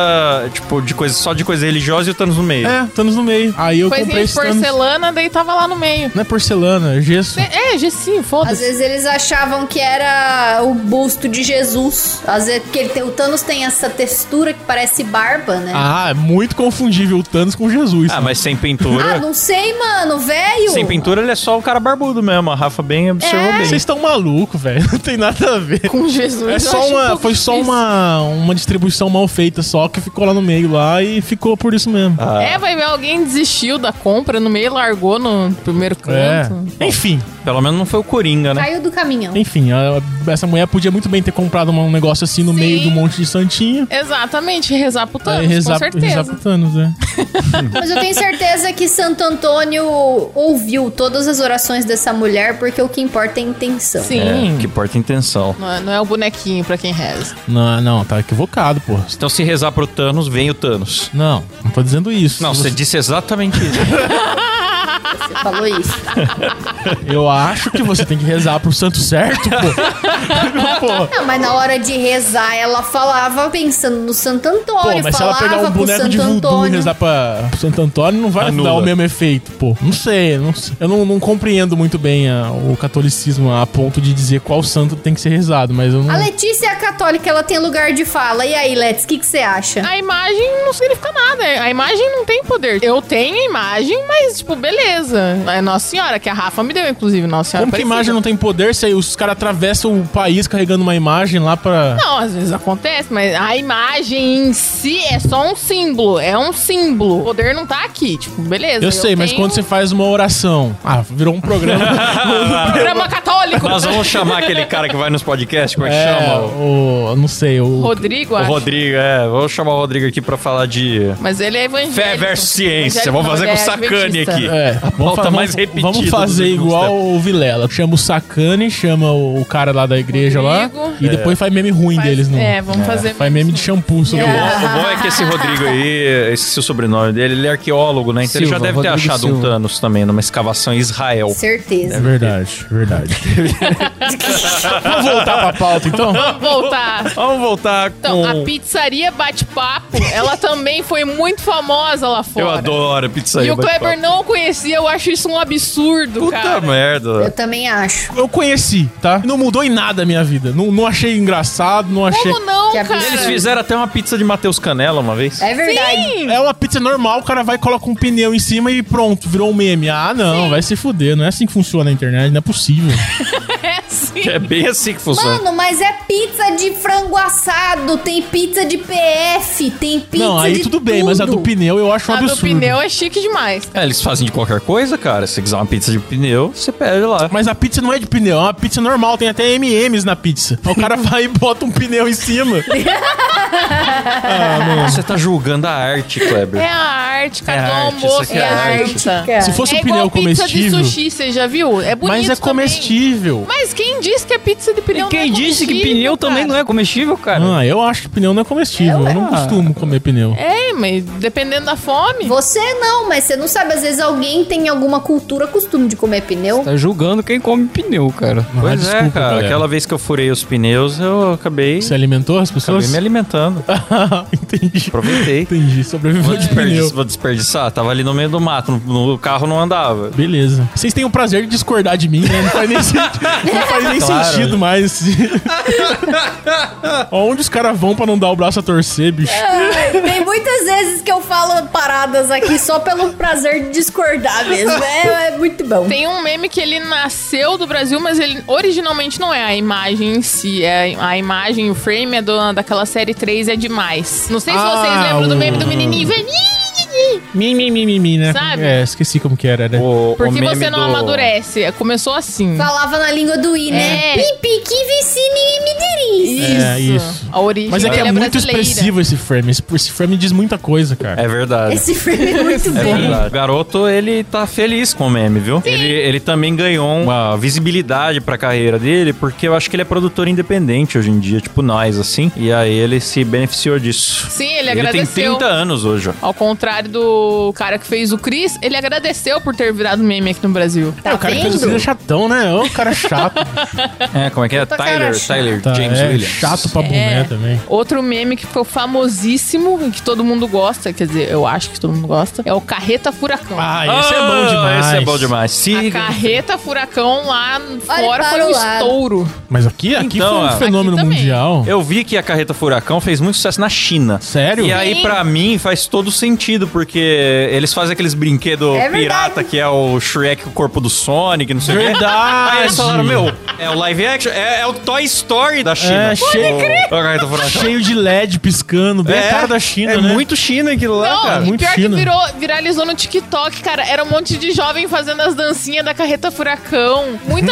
A: tipo, de coisa, só de coisa religiosa e o Thanos no meio.
B: É, Thanos no meio. Aí eu comprei
D: Coisinha de
B: esse Thanos.
D: porcelana, daí tava lá no meio.
B: Não é porcelana, é gesso.
D: É, Gessi,
C: Às
D: foda-se.
C: vezes eles achavam que era o busto de Jesus. Às vezes, porque ele tem- o Thanos tem essa textura que parece barba, né? Ah,
B: Ah, é muito confundível o Thanos com Jesus.
A: Ah, mas sem pintura.
C: não sei, mano, velho.
A: sem pintura ele é só o cara barbudo mesmo. A Rafa bem observou bem.
B: Vocês estão malucos, velho. <laughs> Não tem nada a ver.
D: Com Jesus.
B: É
D: eu
B: só
D: acho um
B: uma,
D: pouco
B: foi só
D: difícil.
B: uma, uma distribuição mal feita só, que ficou lá no meio lá e ficou por isso mesmo.
D: É, vai ver, alguém desistiu da compra no meio, largou no primeiro
B: É.
D: canto.
B: Enfim,
A: Pelo menos não foi o Coringa, né?
C: Caiu do caminhão.
B: enfim, a- essa mulher podia muito bem ter comprado um negócio assim no
D: Sim.
B: meio de um monte de santinha.
D: Exatamente, rezar pro Thanos,
B: Aí rezar,
D: com certeza.
B: rezar pro Thanos, né?
C: Mas eu tenho certeza que Santo Antônio ouviu todas as orações dessa mulher, porque o que importa é a intenção.
A: É,
D: Sim.
A: o que importa a intenção.
D: Não, é, não é o bonequinho pra quem reza.
B: Não, não, tá equivocado, pô.
A: Então se rezar pro Thanos, vem o Thanos.
B: Não, não tô dizendo isso.
A: Não, você disse exatamente isso.
C: Você falou isso.
B: Eu acho que você tem que rezar pro santo certo, pô. pô.
C: Não, mas na hora de rezar, ela falava pensando no Santo
B: Pô,
C: Antônio.
B: mas se ela
C: falava
B: pegar um
C: pro
B: boneco
C: Santo
B: de voodoo e
C: Antônio.
B: rezar pra pro Santo Antônio, não vai
A: Anula.
B: dar o mesmo efeito, pô. Não sei, não sei. eu não, não compreendo muito bem a- o catolicismo a ponto de dizer qual santo tem que ser rezado, mas eu não...
C: A Letícia é a católica, ela tem lugar de fala. E aí, Let's, o que que você acha?
D: A imagem não significa nada. nada. A imagem não tem poder. Eu tenho a imagem, mas, tipo, beleza. É Nossa Senhora, que a Rafa me deu, inclusive, Nossa Senhora.
B: Como que a
D: Aparecida.
B: imagem não tem poder se aí os caras atravessam o país carregando uma imagem lá pra.
D: Não, às vezes acontece, mas a imagem em si é só um símbolo. É um símbolo. O poder não tá aqui. Tipo, beleza.
B: eu sei, mas
D: tenho
B: quando você faz uma oração. Ah, virou
A: <laughs>
B: um programa.
D: um programa católico.
A: Nós vamos chamar aquele cara que vai nos podcasts, como é que
B: é,
A: chama? O-
B: o. eu Não sei,
D: <laughs>
B: o.
D: Rodrigo,
A: O
D: acho.
A: Rodrigo, é. Vamos chamar o Rodrigo aqui pra falar de
D: Mas ele é evangélico.
A: fé versus ciência.
D: Evangélico
A: Vamos fazer
D: não,
A: com
D: ele
A: o
D: é
A: Sacani
D: adventista.
A: aqui.
B: É,
A: Volta
B: fa-
A: mais repetida
B: vamos
A: dos
B: fazer
A: últimos
B: igual o Vilela. Chama o Sacani, chama o cara lá da igreja lá.
D: Rodrigo.
B: E depois faz meme ruim
D: Faz-
B: deles, não.
D: É, vamos fazer.
B: Faz meme de shampoo sobre
A: O
B: o
A: bom, o bom é que esse Rodrigo aí, esqueci o sobrenome dele, ele é arqueólogo, né? Então ele já
E: Silva,
A: deve ter
E: Rodrigo
A: achado um
E: Silva.
A: Thanos também numa escavação em Israel.
B: É
C: Certeza.
B: verdade, verdade. Vamos voltar pra pauta então?
D: Vamos voltar.
A: Vamos voltar
D: Então,
A: com.
D: a pizzaria Bate-Papo, ela também foi muito famosa lá fora.
A: Eu adoro a pizzaria.
D: E o
A: bate-papo.
D: Kleber não conhecia, eu acho isso um absurdo,
A: Puta
D: cara.
A: merda.
B: É
C: Eu também acho.
B: Eu conheci, tá? Não mudou em nada a minha vida. Não, não achei engraçado, não achei.
D: Como não,
C: Que
D: cara?
C: absurdo.
A: Eles fizeram até uma pizza de Matheus Canela uma vez.
C: É verdade.
B: É uma pizza normal, o cara vai, coloca um pneu em cima e pronto, virou um meme. Ah, não, vai se fuder. Não é assim que funciona a internet, não é possível.
D: É sim.
A: É bem assim que funciona.
C: Mano, mas é pizza de frango assado, tem pizza de PF, tem pizza
B: não, aí
C: de
B: tudo bem, mas a do
C: tudo.
B: pneu eu acho um
D: A do
B: absurdo.
D: pneu é chique demais.
A: É, eles fazem de qualquer coisa, cara. Se você quiser uma pizza de pneu, você pede lá.
B: Mas a pizza não é de pneu, é uma pizza normal, tem até MMs na pizza. Aí o
A: <laughs>
B: cara vai e bota um pneu em cima.
D: É,
A: Você tá julgando a arte, Kleber.
D: Ah. É a arte, cara,
A: É
D: do
A: a arte,
D: almoço,
A: isso aqui é
D: é a
A: arte.
D: arte.
C: Cara,
B: Se fosse
D: É
B: um pneu
D: igual pizza de
B: comestível.
D: sushi, você já viu? É bonito
B: Mas é
D: também.
B: comestível.
D: Mas quem disse que a pizza de pneu
E: E
D: não
E: quem
D: é
E: disse que
D: comestível,
E: pneu também
D: cara?
E: não é <laughs> comestível, cara?
B: Ah, eu acho que pneu não é comestível. Eu, não costumo comer pneu.
D: É, mas dependendo da fome...
C: Você não, mas você não sabe. Às vezes alguém tem em alguma cultura costume de comer pneu.
E: Tá julgando quem come pneu, cara.
A: Pois
B: Ah,
A: é,
B: desculpa,
A: cara.
B: galera.
A: Aquela vez que eu furei os pneus, eu acabei,
B: Você é alimentou as pessoas?
A: acabei me alimentando.
B: <laughs> Entendi.
A: Aproveitei.
B: Entendi,
A: Vou,
B: sobreviveu de
A: desperdi-
B: <laughs> pneu.
A: vou desperdiçar. Tava ali no meio do mato, no- o carro não andava.
B: Beleza. Vocês têm o prazer de discordar de mim, né? Não faz
A: <laughs>
B: nem, sen- não faz nem
A: Claro. <laughs>
B: sentido mais. Onde os caras vão pra não dar o braço a torcer, bicho?
D: É.
C: tem muitas vezes que eu falo paradas aqui só pelo prazer de discordar mesmo. É, é muito bom.
D: Tem um meme que ele nasceu do Brasil, mas ele originalmente não é a imagem em si. É a imagem, o frame é do, daquela série 3 é demais. Não sei se
B: Ah,
D: vocês lembram do meme do
B: o-
D: menininho. vai, "Ih, ih, ih".
B: Mim, mim, mim, mim, mim, né?
D: Sabe?
B: É, esqueci como que era, né?
A: O, o
D: Porque
A: meme
D: você não
A: do-
D: amadurece. Começou assim.
C: Falava na língua do I, né?
D: É.
C: Pipi, que vicine me diris.
B: É, isso.
D: A origem
B: Mas é que
D: dele
B: é muito
D: brasileira.
B: expressivo esse frame. Esse, esse frame diz muita coisa, cara.
A: É verdade.
C: Esse filme é muito
A: É
C: bom.
A: verdade. O garoto, ele tá feliz com o meme, viu? Ele, ele também ganhou uma visibilidade pra carreira dele, porque eu acho que ele é produtor independente hoje em dia, tipo nós, assim. E aí ele se beneficiou disso.
D: Sim, ele,
A: ele tem
D: agradeceu.
A: 30 anos hoje, ó.
D: <laughs> Ao contrário do cara que fez o Chris, ele agradeceu por ter virado meme aqui no Brasil.
C: Tá
B: o cara que fez o
C: vendo?
B: filme é chatão, né? Ô, cara chato.
A: É, como é que é?
C: Puta
A: Tyler,
C: cara
A: Tyler
B: <laughs> Tá,
A: James
B: é,
A: Williams.
B: chato pra boné
D: É.
B: também.
D: Outro meme que ficou famosíssimo e que todo mundo gosta, quer dizer, eu acho que todo mundo gosta, é o Carreta Furacão.
B: Ah, esse é bom
A: Ah,
B: demais.
A: Esse é bom demais.
D: A
A: Siga.
D: carreta furacão lá fora
C: para
D: foi um
C: o lado.
D: estouro.
B: Mas aqui, aqui
A: Então,
B: foi
A: ó,
B: um fenômeno
D: aqui também.
B: mundial.
A: Eu vi que a carreta Furacão fez muito sucesso na China.
B: Sério?
A: E aí,
D: Sim.
A: pra mim, faz todo sentido, porque eles fazem aqueles brinquedos
C: É verdade.
A: pirata, que é o Shrek, o corpo do Sonic, não sei o quê.
B: Verdade.
A: Aí eles falaram, meu, é o live action, é, é o Toy Story da China.
B: É, cheio-
A: O- a Carreta Furacão.
B: Cheio de LED piscando, bem a cara da China,
A: é
B: né?
A: muito China aquilo lá,
D: Não,
A: cara.
D: e
B: é muito
D: pior
B: fino.
D: que virou, viralizou no TikTok, cara. Era um monte de jovem fazendo as dancinhas da carreta furacão.
B: <laughs>
D: Muito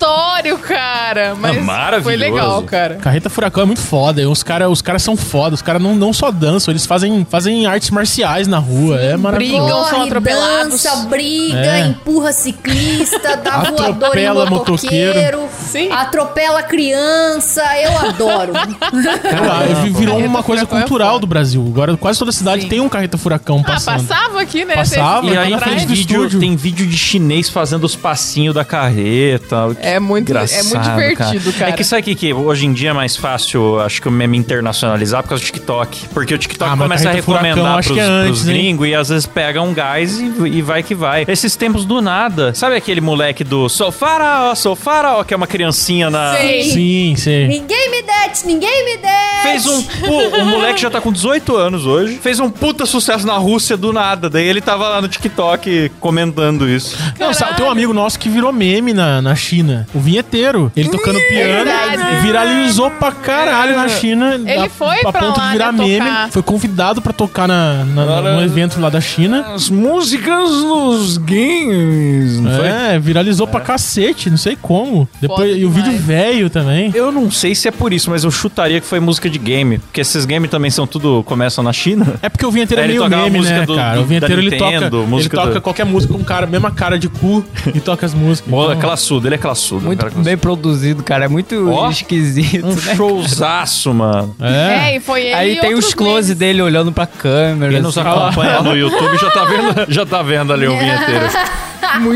D: aleatório, cara. Mas
A: maravilhoso.
D: foi legal, cara.
B: Carreta Furacão é muito foda. e Os caras os cara são foda. Os caras não, não só dançam, eles fazem, fazem artes marciais na rua. é maravilhoso.
D: brigam, são
C: Corre,
D: atropelados.
C: dança, briga,
B: É.
C: empurra ciclista, dá voador em
B: Atropela
C: motoqueiro,
D: Sim.
C: atropela criança. Eu adoro.
B: Cara, vi- virou
D: Carreta
B: uma coisa
D: Furacão é
B: cultural
D: foda.
B: do Brasil. Agora quase toda cidade tem um Carreta Furacão
D: Ah,
B: passando.
D: passava aqui, né?
B: Passava,
D: Teve
A: E
D: tempo
A: aí
B: na
D: atrás.
A: tem
B: frente do
A: vídeo,
B: estúdio.
A: tem vídeo de chinês fazendo os passinhos da carreta.
D: É muito- é muito
A: Engraçado,
D: divertido, cara.
A: É que sabe o que, que hoje em dia é mais fácil, acho que o meme internacionalizar por causa do TikTok. Porque o TikTok
B: Ah, mas
A: começa a
B: Carreta Furacão
A: recomendar
B: acho
A: pros,
B: que é
A: pros
B: antes, hein?
A: domingo e às vezes pega um gás e, e vai que vai. Esses tempos do nada. Sabe aquele moleque do Sou faraó, sou faraó, que é uma criancinha na.
C: Sim.
B: Sim, sim.
C: Ninguém me dete, ninguém me dete.
A: Fez um. pu- O moleque já tá com 18 anos hoje. Fez um puta sucesso na Rússia do nada. Daí ele tava lá no TikTok comentando isso.
B: Não, sabe, tem um amigo nosso que virou meme na, na China. O vinheteiro. Ele tocando piano.
D: Hum, é verdade. Hum.
B: Viralizou pra caralho na China.
D: Ele
B: a-
D: foi
B: a
D: pra
B: ponto
D: lá,
B: de virar
D: né,
B: meme.
D: tocar.
B: Foi convidado pra tocar na, na-
A: Agora-
B: num evento lá da China.
A: As músicas nos games, não foi?
B: É, viralizou pra cacete, não sei como. Depois, e o
D: demais.
B: vídeo velho também.
A: Eu não sei se é por isso, mas eu chutaria que foi música de game. Porque esses games também são tudo. começam na China.
B: É porque o vinheteiro é,
A: É, ele
B: meio
A: tocava
B: meme,
A: música
B: né,
A: do-
B: cara?
A: do-
B: o vinheteiro
A: da
B: ele
A: Nintendo,
B: toca, ele
A: música
B: toca
A: do-
B: qualquer música com cara, mesma cara de cu e toca as músicas.
A: Bola,
B: Então,
A: classudo, ele é classudo.
E: Muito
A: cara classudo.
E: bem produzido, cara. É muito
A: Ó.
E: esquisito.
A: Um
E: né?
A: showzaço, mano.
B: É.
D: É, e foi ele.
E: Aí
D: e
E: tem
D: outros
E: os close
D: memes.
E: dele olhando pra câmera.
A: Quem nos
E: assim,
A: acompanha no YouTube já tá vendo, já tá vendo ali o vinheteiro.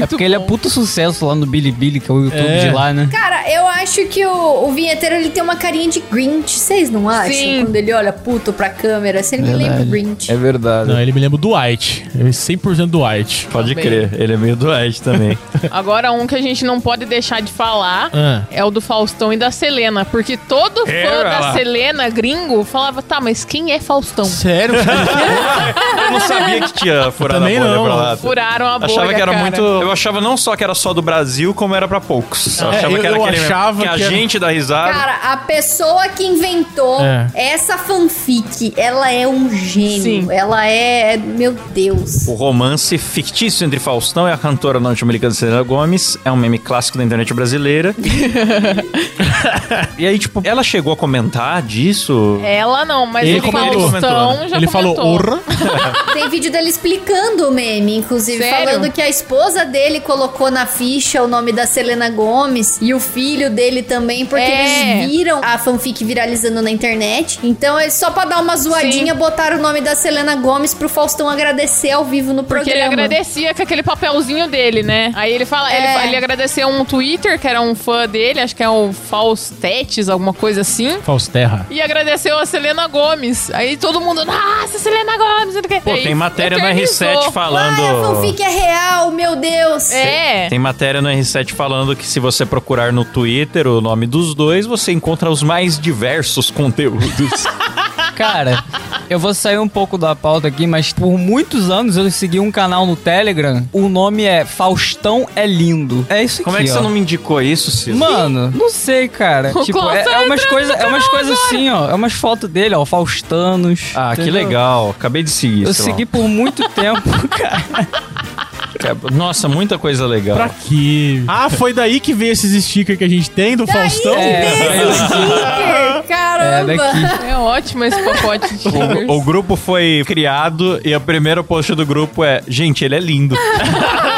E: é porque ele é puto sucesso lá no Bilibili, que é o YouTube
B: É.
E: de lá, né?
C: Cara, eu acho que o, o vinheteiro ele tem uma carinha de Grinch, vocês não acham?
D: Sim.
C: Quando ele olha puto pra câmera, assim, ele me lembra o Grinch.
E: É verdade.
B: Não, ele me lembra do White. Ele é 100% do White.
A: Pode
D: Também.
A: crer, ele é meio doente também.
D: Agora, um que a gente não pode deixar de falar
B: Ah.
D: é o do Faustão e da Selena. Porque todo fã
A: Era
D: da
A: É, lá.
D: Selena, gringo, falava, tá, mas quem é Faustão?
B: <laughs> Sério?
A: Eu não sabia que tinha furado a
B: Também
A: bolha
B: não.
A: pra lá.
D: Furaram a bolha,
A: Achava que era
D: cara.
A: muito. Eu achava não só que era só do Brasil, como era pra poucos. Eu
B: É,
A: achava
B: eu-
A: que era
B: eu
A: aquele mesmo,
B: achava
A: que a
B: que era-
A: gente dá risada.
C: Cara, a pessoa que inventou
B: É.
C: essa fanfic, ela é um gênio.
D: Sim.
C: Ela é. Meu Deus.
A: O romance fictício entre Faustão e a cantora norte-americana Selena Gomes é um meme clássico da internet
E: <laughs>
A: brasileira. e aí, tipo, ela chegou a comentar disso?
D: Ela não, mas
B: Ele
D: o
B: comentou.
D: Faustão já
B: ele
D: comentou.
B: falou, orra.
C: Tem vídeo dele explicando o meme, inclusive,
D: Sério?
C: falando que a esposa dele colocou na ficha o nome da Selena Gomes e o filho dele também, porque
D: É.
C: eles viram a fanfic viralizando na internet. Então, é só pra dar uma zoadinha, botaram o nome da Selena Gomes pro Faustão agradecer ao vivo no
D: Porque ele
C: programa.
D: agradecia com aquele papelzinho dele, né? Aí ele fala, ele,
C: É.
D: fa- ele agradeceu um Twitter, que era um fã dele, acho que é o Faustetes, alguma coisa assim.
B: Fausterra.
D: E agradeceu a Selena Gomes. Aí todo mundo, nossa, Selena Gomes. não sei o quê.
A: Pô,
D: Aí
A: tem matéria no
D: É eternizou.
A: R7 falando.
C: Ah, a fanfic é real, meu Deus!
D: É.
A: Tem matéria no R7 falando que se você procurar no Twitter o nome dos dois, você encontra os mais diversos
E: <laughs>
A: conteúdos.
E: <laughs> Cara, eu vou sair um pouco da pauta aqui, mas por muitos anos eu segui um canal no Telegram. O nome é Faustão é Lindo. É isso aqui,
A: Como é que é?
E: ó.
A: você não me indicou isso, Cid?
E: Mano, não sei, cara.
D: O
E: tipo, é,
D: Glaucio
E: é umas
D: entrando
E: coisas,
D: no
E: é umas
D: canal
E: coisas assim, ó. É umas fotos dele, ó, Faustanos.
A: Ah, que
E: entendeu?
A: legal. Acabei de seguir
E: Eu
A: sei lá.
E: segui por muito tempo, <laughs> cara.
A: Nossa, muita coisa legal.
B: Pra quê? Ah, foi daí que veio esses stickers que a gente tem do Faustão?
E: É,
C: Sticker,
E: é
C: Caramba!
E: daqui.
D: É ótimo esse pacote de stickers.
A: <laughs> O, o grupo foi criado e o primeiro post do grupo é: Gente, ele é lindo. <laughs>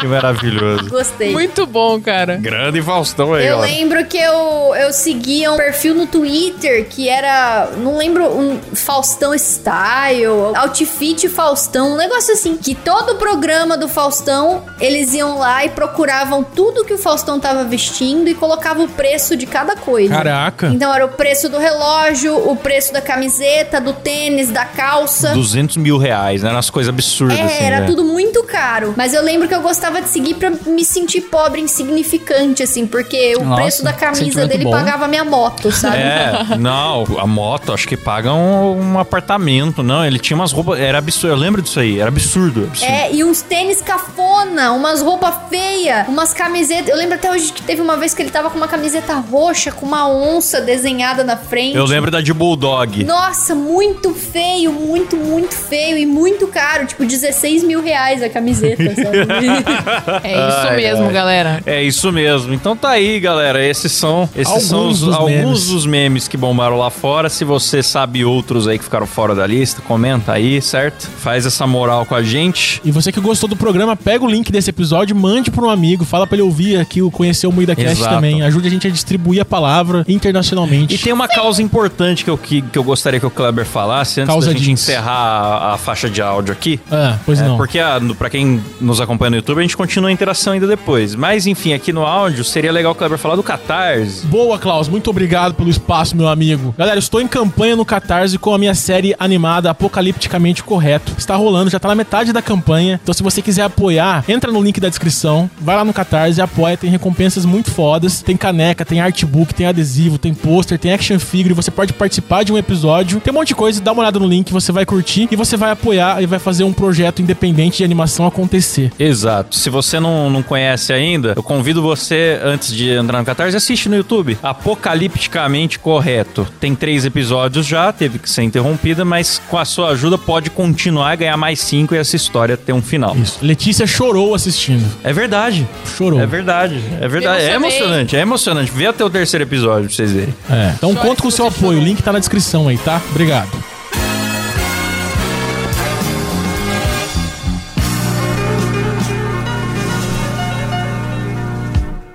A: que maravilhoso.
C: Gostei.
D: Muito bom, cara.
A: Grande Faustão aí,
C: Eu
A: ó.
C: lembro que eu, eu seguia um perfil no Twitter que era, não lembro, um Faustão Style, Outfit Faustão, um negócio assim. Que todo o programa do Faustão, eles iam lá e procuravam tudo que o Faustão tava vestindo e colocavam o preço de cada coisa.
B: Caraca.
C: Então era o preço do relógio, o preço da camiseta, do tênis, da calça.
A: 200 mil reais, né? Umas coisas absurdas.
C: É,
A: assim,
C: era
A: né?
C: tudo muito caro. Mas eu lembro que eu gostava de seguir pra me sentir pobre, insignificante, assim, porque o
E: Nossa,
C: preço da camisa
E: sentimento
C: dele
E: bom.
C: pagava minha moto, sabe?
A: É, não, a moto, acho que paga um, um apartamento, não. Ele tinha umas roupas. Era absurdo. Eu lembro disso aí, era absurdo. absurdo.
C: É, e uns tênis cafona, umas roupas feias, umas camisetas. Eu lembro até hoje que teve uma vez que ele tava com uma camiseta roxa, com uma onça desenhada na frente.
A: Eu lembro da de Bulldog.
C: Nossa, muito feio, muito, muito feio e muito caro. Tipo, 16 mil reais a camiseta,
A: <laughs>
C: sabe?
D: É isso
A: Ai,
D: mesmo,
A: ai.
D: galera.
A: É isso mesmo. Então tá aí, galera. Esses são, esses
B: Alguns
A: são os-
B: dos
A: alguns
B: memes.
A: dos memes que bombaram lá fora. Se você sabe outros aí que ficaram fora da lista, comenta aí, certo? Faz essa moral com a gente.
B: E você que gostou do programa, pega o link desse episódio, mande para um amigo, fala para ele ouvir aqui o Conhecer o Moída Cast
A: Exato.
B: também. Ajude a gente a distribuir a palavra internacionalmente.
A: E tem uma causa importante que eu, que, que eu gostaria que o Kleber falasse antes
B: Causa
A: da gente
B: jeans.
A: encerrar a, a faixa de áudio aqui.
B: Ah, pois
A: É,
B: não.
A: Porque, a, no- pra quem nos acompanha no YouTube, a gente gente continua a interação ainda depois. Mas enfim, aqui no áudio seria legal o Kleber falar do Catarse.
B: Boa, Klaus. Muito obrigado pelo espaço, meu amigo. Galera, eu estou em campanha no Catarse com a minha série animada Apocalipticamente Correto. Está rolando, já tá na metade da campanha. Então, se você quiser apoiar, entra no link da descrição, vai lá no Catarse, apoia. Tem recompensas muito fodas. Tem caneca, tem artbook, tem adesivo, tem pôster, tem action figure. Você pode participar de um episódio. Tem um monte de coisa. Dá uma olhada no link, você vai curtir e você vai apoiar e vai fazer um projeto independente de animação acontecer.
A: Exato. Se você não, não conhece ainda, eu convido você, antes de entrar no Catarse, assiste no YouTube. Apocalipticamente Correto. Tem três episódios já, teve que ser interrompida, mas com a sua ajuda pode continuar, ganhar mais cinco e essa história ter um final.
B: Isso. Letícia chorou assistindo.
A: É verdade.
B: Chorou.
A: É verdade. É verdade. É
D: emocionei.
A: emocionante. É emocionante. Vê até o terceiro episódio pra vocês verem.
B: É. Então
D: Chore
B: conto com o
D: se
B: seu
D: você
B: apoio. O
D: chorou.
B: link tá na descrição aí, tá? Obrigado.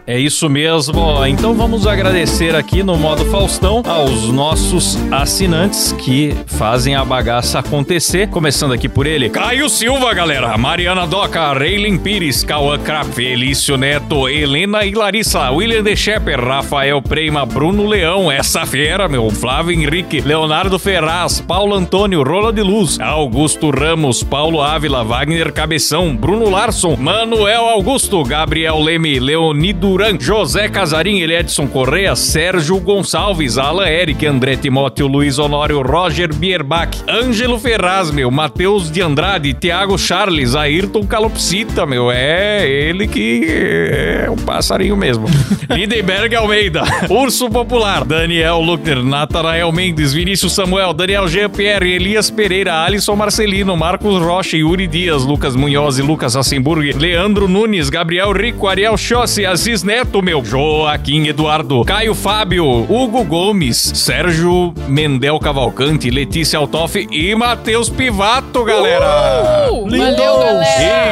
A: É isso mesmo. Então vamos agradecer aqui no modo Faustão aos nossos assinantes que fazem a bagaça acontecer. Começando aqui por ele, Caio Silva, galera, Mariana Doca, Reilin Pires, Cauã Crap, Felício Neto, Helena e Larissa, William De Shepper, Rafael Preima, Bruno Leão, essa fera, meu, Flávio Henrique, Leonardo Ferraz, Paulo Antônio, Rola de Luz, Augusto Ramos, Paulo Ávila, Wagner Cabeção, Bruno Larson, Manuel Augusto, Gabriel Leme, Leoni Duran, José Casarim, Edson Correa, Sérgio Gonçalves, Alan Eric, André Timóteo, Luiz Honório, Roger Bierbach, Ângelo Ferraz, meu, Matheus de Andrade, Thiago Charles, Ayrton Calopsita, meu, é ele que é um passarinho mesmo. Lindenberg Almeida, <laughs> Urso Popular, Daniel Luckner, Natanael Mendes, Vinícius Samuel, Daniel Jean-Pierre, Elias Pereira, Alisson Marcelino, Marcos Rocha, Yuri Dias, Lucas Munhoz e Lucas Assemburg, Leandro Nunes, Gabriel Rico, Ariel Chossi, Aziz Neto, meu, Joaquim Eduardo, Caio Fábio, Hugo Gomes, Sérgio Mendel Cavalcante, Letícia Altoff e Matheus Pivato, galera!
D: Uh, valeu, galera.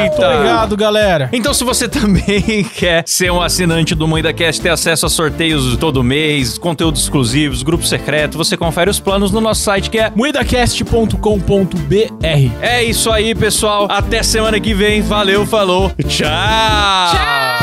A: Eita!
B: Muito obrigado, galera.
A: Então, se você <laughs> também quer ser um assinante do MuidaCast, ter acesso a sorteios todo mês, conteúdos exclusivos, grupo secreto, você confere os planos no nosso site que é.
B: Moedacast.com.br
A: É isso aí, pessoal. Até semana que vem. Valeu, falou. Tchau!
D: Tchau!